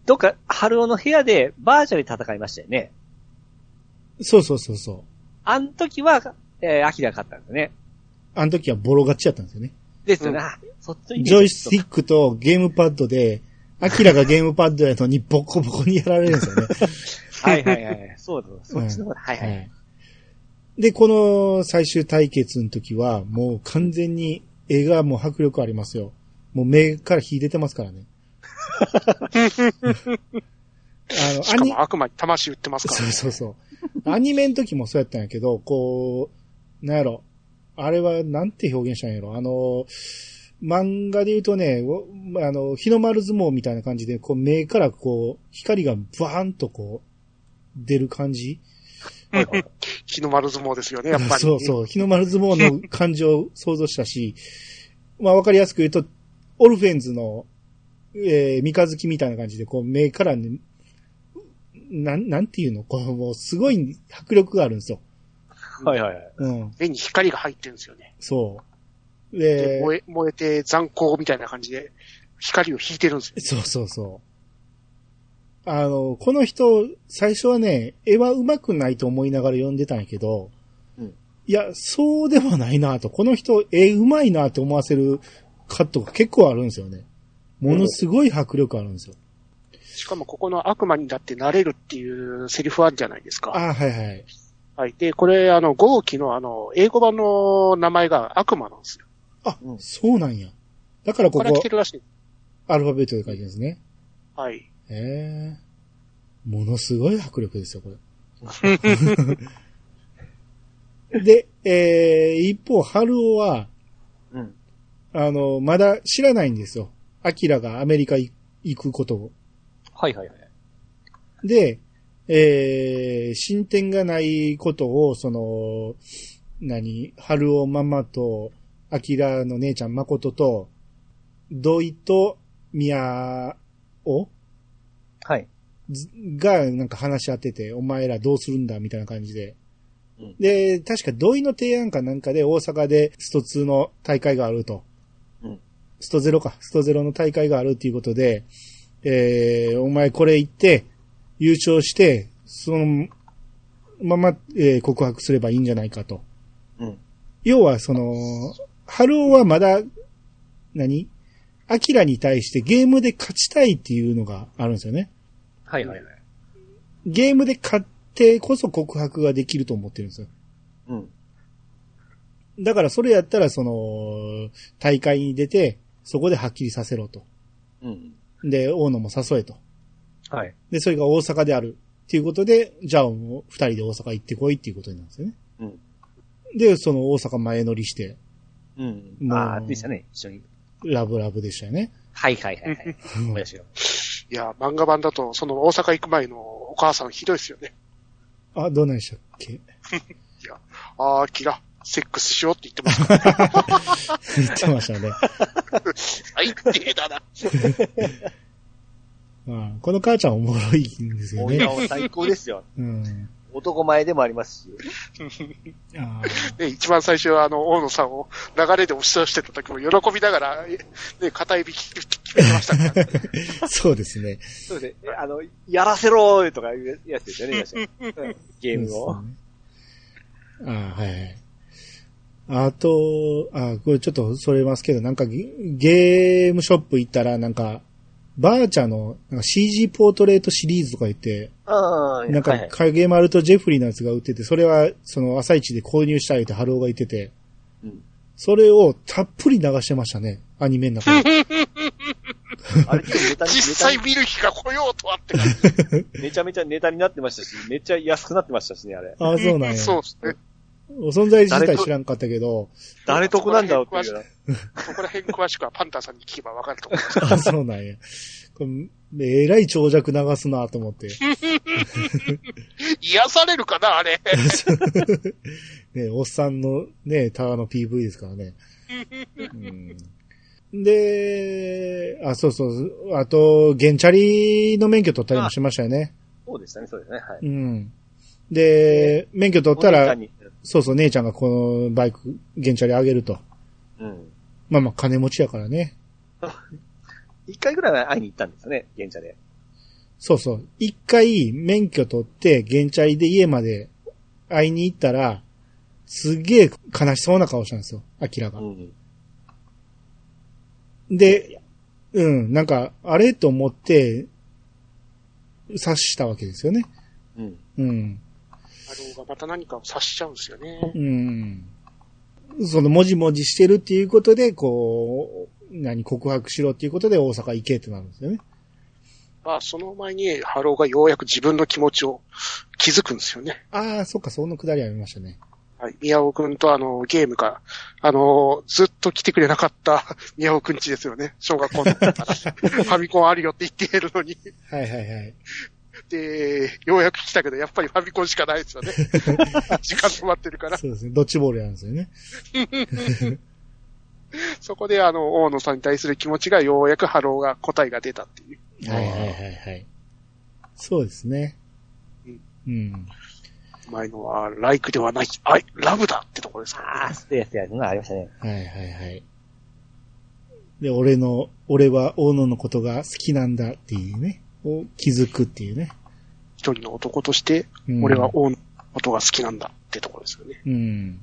B: どっか、春尾の部屋でバーチャルで戦いましたよね。
A: そうそうそうそう。
B: あの時は、えー、アキラが勝ったんですね。
A: あの時はボロ勝ちやったんですよね。
B: ですよね。
C: うん
B: あそっちに。
A: ジョイスティックとゲームパッドで、アキラがゲームパッドやのにボコボコにやられるんですよね。
B: はいはいはい。そうだ、そっちの方だ。はい は。
A: はいいで、この最終対決の時は、もう完全に絵がもう迫力ありますよ。もう目から火出てます からね。あの、
C: しかも悪魔に魂売ってますから、
A: そう
C: ね。
A: そうそう。アニメの時もそうやったんやけど、こう、なんやろ。あれはなんて表現したんやろ。あの、漫画で言うとね、おあの、日の丸相撲みたいな感じで、こう目からこう、光がバーンとこう、出る感じ。
B: はいはい
C: 日の丸相撲ですよね、やっぱり。
A: そうそう。日の丸相撲の感じを想像したし、 まあわかりやすく言うと、オルフェンズの、えー、三日月みたいな感じで、こう目からね、なん、なんていうのこう、もうすごい迫力があるんですよ。
B: はいはいはい。
A: うん。
C: 目に光が入ってるんですよね。
A: そう。
C: で
A: で、
C: 燃え燃えて残光みたいな感じで、光を引いてるんです
A: そう
C: よ。
A: そうそう。あの、この人、最初はね、絵は上手くないと思いながら読んでたんやけど、
B: うん
A: いや、そうでもないなと、この人、絵上手いなと思わせるカットが結構あるんですよね。ものすごい迫力あるんですよ。
C: しかもここの悪魔にだってなれるっていうセリフあるじゃないですか。
A: ああ、はいはい。
C: はい。で、これ、あの、5号機のあの、英語版の名前が悪魔なんですよ。
A: あ、
B: うん
A: そうなんや。だから
C: こ
A: こ
C: こから来
A: こ
C: て、るらしい。
A: アルファベットで書いてるんですね。
C: はい。
A: へえ。ものすごい迫力ですよ、これ。で、えー、一方、春尾は、
B: うん。
A: あの、まだ知らないんですよ。アキラがアメリカい行くことを。
B: はいはいはい。
A: で、えー、進展がないことを、その、何、春尾ママと、アキラの姉ちゃん誠と、土井と宮尾
B: はい。
A: ずが、なんか話し合ってて、お前らどうするんだみたいな感じで
B: うん。
A: で、確か同意の提案かなんかで大阪でスト2の大会があると。
B: うん
A: スト0か、スト0の大会があるっていうことで、えー、お前これ行って、優勝して、そのまま、えー告白すればいいんじゃないかと。
B: うん。
A: 要はその、春尾はまだ、何アキラに対してゲームで勝ちたいっていうのがあるんですよね。
B: はいはいはい。
A: ゲームで買ってこそ告白ができると思ってるんですよ。
B: うん。
A: だからそれやったら、その、大会に出て、そこではっきりさせろと。
B: うん。
A: で、大野も誘えと。
B: はい。
A: で、それが大阪である。っていうことで、じゃあもう二人で大阪行ってこいっていうことになるんですよね。
B: うん。
A: で、その大阪前乗りして、
B: うん。
A: もう
B: ああ、でしたね、一緒に。
A: ラブラブでしたよね。
B: はいはいはいはい。思い出しよ
C: いや、漫画版だと、その大阪行く前のお母さんひどいですよね。
A: あ、どうなんでしたっけ
C: いや、あー、キラ、セックスしようって言って ますから、
A: 言ってました ね。
C: 最低だな。
A: うんこの母ちゃんおもろいんです
B: う。
A: よ
B: おいら
A: ね。
B: は最高ですよ。
A: うん。
B: 男前でもありますし。
A: あ
C: ね、一番最初は、あの、大野さんを流れで押し出してた時も喜びながら、えね、片指切ってましたから、
A: ーそうですね。
B: そうですね。あの、やらせろーとかいうやつですよね、確かにうんゲーム
A: そ
B: を
A: う。ですね。あーはいはい。あと、あこれちょっとそれますけど、なんかゲゲームショップ行ったら、なんか、バーチャのなんか CG ポートレートシリーズとか言って、
B: ああ、
A: なんか
B: はい はい、
A: 影丸とジェフリーのやつが売ってて、それはその朝一で購入したいってハローが言ってて、
B: うん
A: それをたっぷり流してましたね、アニメの中 で。
B: あれ結構ネタに
C: 実際見る日が来ようとはって感じ。
B: めちゃめちゃネタになってましたし、めっちゃ安くなってましたしね、あれ。
A: ああ、そうなんや。
C: そうですね。
A: お存在自体知らんかったけど、
B: 誰得なんだろうっていうよ
C: そこら辺詳しくはパンタさんに聞けばわかると思います。
A: あ、そうなんや。これえらい長尺流すなと思って。
C: 癒されるかな、あれ。
A: ね、おっさんのね、タワーの PV ですからね。うんで、あ、そうそう、あと、ゲンチャリの免許取ったりもしましたよね。
B: うな。そうでしたね、そうですね。はい。
A: うん。で、免許取った
B: お姉ちゃ
A: ら
B: ん、に
A: そうそう、姉ちゃんがこのバイク、ゲンチャリあげると。
B: うん。
A: まあまあ、金持ちやからね。
B: 一回ぐらいは会いに行ったんですよね、現茶で。
A: そうそう。一回免許取って、現チャリで家まで会いに行ったら、すっげえ悲しそうな顔したんですよ、アキラが
B: う。ん。
A: で、うん、なんか、あれと思って、察したわけですよね。
B: うん。
A: うん。
C: ハローがまた何かを察しちゃうんですよね
A: う。ん。その、もじもじしてるっていうことで、こう、何、告白しろっていうことで大阪行けってなるんですよね。
C: まあ、その前に、ハローがようやく自分の気持ちを気づくんですよね。
A: ああ、そっか、そのくだりありましたね。
C: はい。宮尾くんとあの、ゲームが、あの、ずっと来てくれなかった 宮尾くんちですよね。小学校の 頃から。ファミコンあるよって言ってるのに。
A: はいはいはい。
C: で、ようやく来たけど、やっぱりファミコンしかないですよね。 時間止まってるから。
A: そうですね。ドッジボールなんですよね。
C: そこであの、大野さんに対する気持ちがようやくハローが答えが出たっていう。
A: はいはいはいはい。そうですね。うん。
C: 前のは、ライクではない、あい、ラブだってところですから、
B: ああ、スペースやるのがありましたね。
A: はいはいはい。で、俺の、俺は大野のことが好きなんだっていうね、を気づくっていうね。
C: 一人の男として、
A: うん
C: 俺は大野のことが好きなんだってところですよね。
A: うん。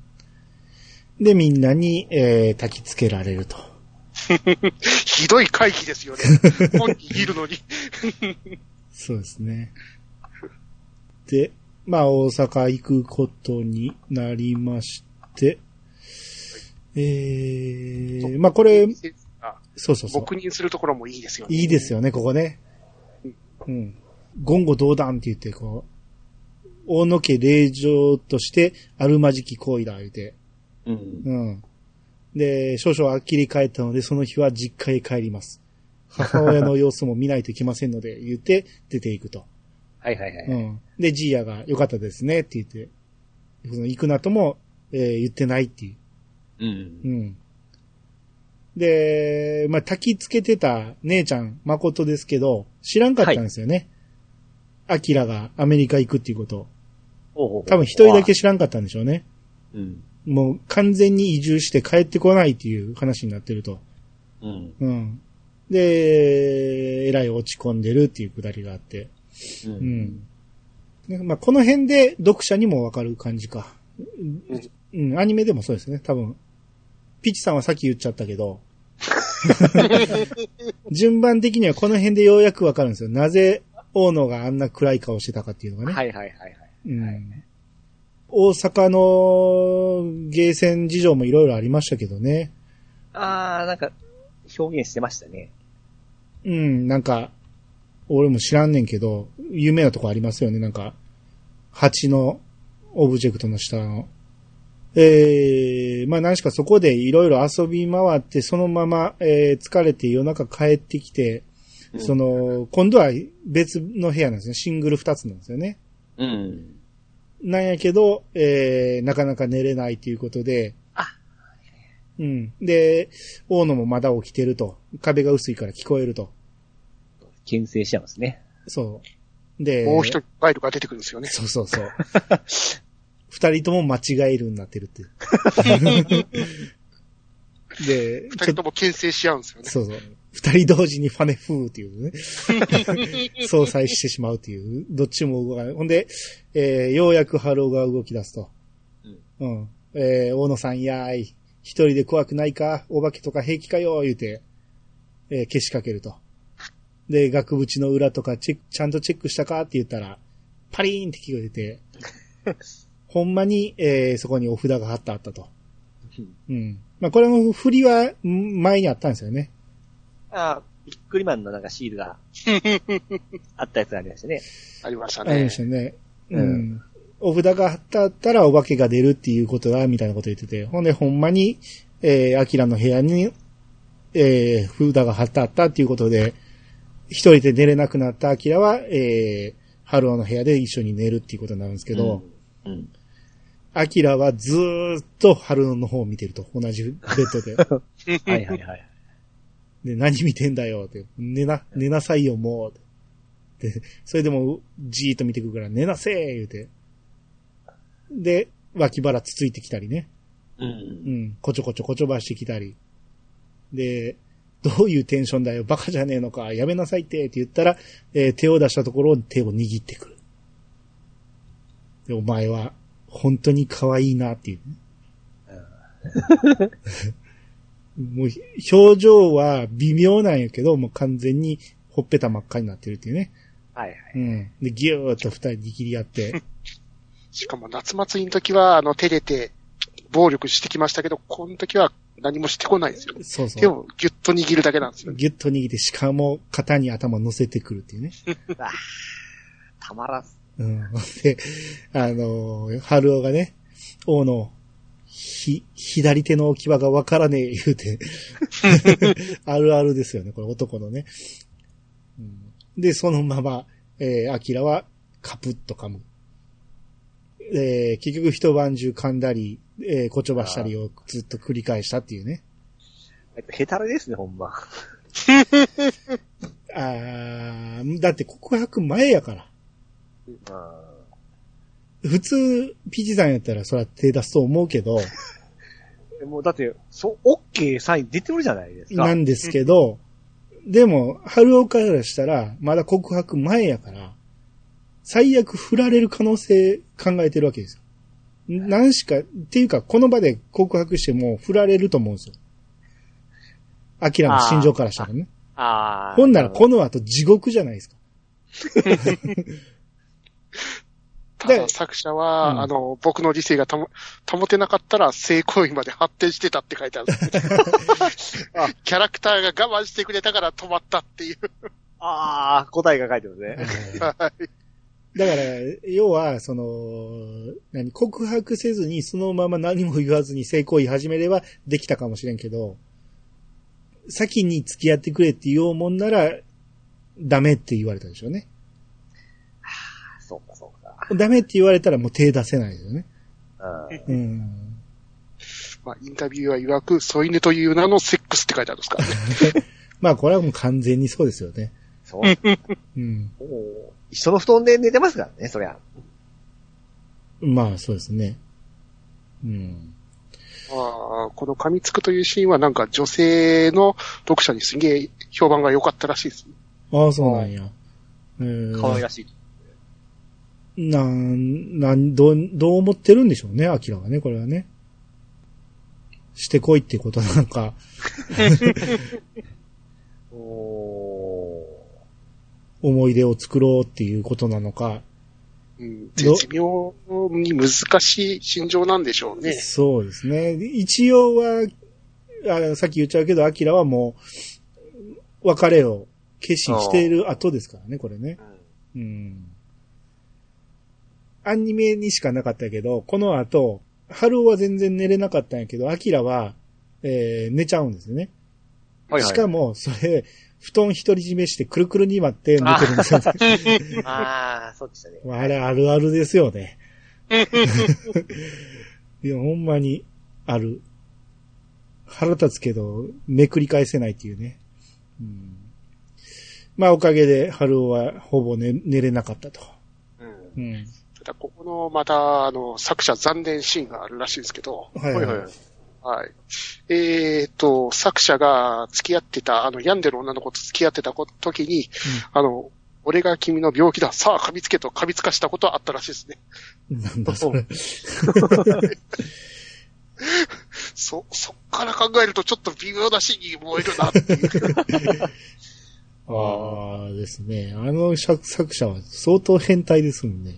A: で、みんなに、えー、焚き付けられると。
C: ひどい会議ですよね。本人いるのに。
A: そうですね。で、まあ、大阪行くことになりまして、えー、まあこれ、
C: あ
A: そうそうそう。
C: 黙認するところもいいですよね。
A: いいですよね、ここね。うん。言語道断って言って、こう、大野家霊場としてあるまじき行為だ、言うて。
B: うん。
A: うん。で、少々あっきり帰ったので、その日は実家へ帰ります。母親の様子も見ないといけませんので、言って出ていくと。
B: はいはいは
A: う
B: い。
A: ん。で、ジーヤが良かったですね、って言って、その行くなとも、えー言ってないっていう。
B: うん
A: う。ん。で、まあ、焚きつけてた姉ちゃん、誠ですけど、知らんかったんですよね。アキラがアメリカ行くっていうこと。
B: ほうほうほう
A: 多分一人だけ。知らんかったんでしょうね。
B: うん。
A: もう完全に移住して帰ってこないっていう話になってると。
B: うん。
A: うん。で、えらい落ち込んでるっていうくだりがあって。う
B: う。
A: んん。でまあ、この辺で読者にもわかる感じか。うん、アニメでもそうですね、多分。ピチさんはさっき言っちゃったけ ど、順番的にはこの辺でようやくわかるんですよ。なぜ大野があんな暗い顔してたかっていうのがね。
B: はいはいはいはい。
A: うん
B: はい
A: 大阪のゲーセン事情もいろいろありましたけどね。
B: あー、なんか、表現してましたね。
A: うん、なんか、俺も知らんねんけど、有名なとこありますよね。なんか、蜂のオブジェクトの下の。えー、まあ何しかそこでいろいろ遊び回って、そのまま、えー疲れて夜中帰ってきて、そ
B: の、
A: の、今度は別の部屋なんですね。シングル二つなんですよね。
B: うん。
A: なんやけど、えー、なかなか寝れないということで、
B: あ
A: うん。で、大野もまだ起きてると。壁が薄いから聞こえると。
B: 牽制しちゃいますね。
A: そう。で、
C: もう一人ガイドが出てくるんですよね。
A: そうそう そう。二人とも間違えるようになってるって いう。で、
C: 二
A: ちょ
C: 人
A: っ
C: と
A: と、
C: も牽制し合うんですよね。
A: そうそう。二人同時にファネフーっていうね。相殺してしまうっていう。どっちも動かない。ほんで、えーようやくハローが動き出すと。うん。えー大野さんやーい。一人で怖くないかお化けとか平気かよ言うて、えー消しかけると。で、額縁の裏とかチェック、ちゃんとチェックしたかって言ったら、パリーンって聞こえて、ほんまに、えーそこにお札が貼ってあったと。うん。まあ、これも振りは、ん前にあったんですよね。
B: あー、ビックリマンのなんかシー ルがあったやつがありましたね。
C: ありました
A: あり
C: ね
A: まし。たね。う
B: うん
A: ん。お札が貼ってあったらお化けが出るっていうことだ、みたいなこと言ってて。ほんで、ほんまに、えー、アキラの部屋に、えー、札が貼ってあったっていうことで、一人で寝れなくなったアキラは、えー、ハローの部屋で一緒に寝るっていうことになるんですけど、
B: うん、うん。
A: アキラはずーっとハローの方を見てると、同じベッドで。
B: はいはいはい。
A: で、 何見てんだよって。寝な、寝なさいよ、もう。で、それでも、じーっと見てくるから、寝なせー言うて。で、脇腹つついてきたりね。
B: う。
A: うんん、こちょこちょこちょばしてきたり。で、どういうテンションだよ、バカじゃねえのか、やめなさいって、って言ったら、えー手を出したところを手を握ってくる。で、お前は、本当に可愛いな、っていう。 もう、表情は微妙なんやけど、もう完全にほっぺた真っ赤になってるっていうね。
B: はいはい。
A: うん。で、ギューッと二人握り合って。
C: しかも夏祭りの時は、あの、手でて、暴力してきましたけど、この時は何もしてこないんですよ。
A: そうそう。
C: 手をぎゅっと握るだけなんですよ。
A: ギュッと握って、しかも肩に頭乗せてくるっていうね。
B: あーたまらず。
A: うん。で、あのー、春尾がね、王の、ひ、左手の置き場がわからねえ言うて、あるあるですよね、これ男のね。うんで、そのまま、えー、アキラはカプッと噛む。えー、結局一晩中噛んだり、えー、こちょばしたりをずっと繰り返したっていうね。
B: えっと、ヘタレですね、ほんま。
A: あー、だって告白前やから。
B: うん
A: 普通、ピチさんやったらそれは手出すと思うけど、
B: もうだって、そう、オッケーサイン出てるじゃないですか。
A: なんですけど、でも、春尾からしたら、まだ告白前やから、最悪振られる可能性考えてるわけですよ。何しか、っていうか、この場で告白しても振られると思うんですよ。アキラの心情からしたらね。
B: ああ。
A: ほんならこの後地獄じゃないですか。
C: ただ作者は、
A: うん
C: あの、僕の理性がたも保てなかったら性行為まで発展してたって書いてあるんです あキャラクターが我慢してくれたから止まったっていう。
B: ああ、答えが書いてます ね。
A: だから、要は、その、何、告白せずに、そのまま何も言わずに性行為始めればできたかもしれんけど、先に付き合ってくれって言おうもんなら、ダメって言われたでしょうね。
B: そうか、そうか。
A: ダメって言われたらもう手出せないですよね。
B: うん
A: うん。
C: まあ、インタビューは曰く、添い寝という名のセックスって書いてあるんですからね。
A: まあ、これはもう完全にそうですよね。
B: そう。も
A: うん。
B: う、一緒の布団で寝てますからね、そりゃ。
A: まあ、そうですね。うん。
C: ああこの噛みつくというシーンはなんか女性の読者にすげえ評判が良かったらしいです。
A: ああ、そうなんや。うん
B: 可愛らしい。
A: なん、なん、どう、どう思ってるんでしょうね、アキラはね、これはね。してこいってことなんか、
B: おー。
A: 思い出を作ろうっていうことなのか、
C: うん、絶妙に難しい心情なんでしょうね。
A: そうですね。一応は、あさっき言っちゃうけど、アキラはもう、別れを決心している後ですからね、これね。うん。アニメにしかなかったけど、この後、春は全然寝れなかったんやけど、アキラは、えー寝ちゃうんですよね。
B: はいはい。
A: しかも、それ、布団独り占めしてくるくるに待って寝てるんです よ。
B: ああ、そうでしたね。
A: まああれあるあるですよ ね。いや、ほんまにある。腹立つけど、めくり返せないっていうね。うん、まあ、おかげで、春尾はほぼ寝寝れなかったと。
B: うん。
A: うん、
C: ただ、ここの、また、あの、作者残念シーンがあるらしいんですけど、
A: はいは
B: は
A: いい、
B: はい。
C: はい。えっ、と、作者が付き合ってた、あの、病んでる女の子と付き合ってたこ時に、あの、俺が君の病気だ、さあ噛みつけと噛みつかしたことはあったらしいですね。
A: なんだそれ。
C: そ、そっから考えるとちょっと微妙なシーンに燃えるなっていう。
A: ああですね。あの作作者は相当変態ですもんね。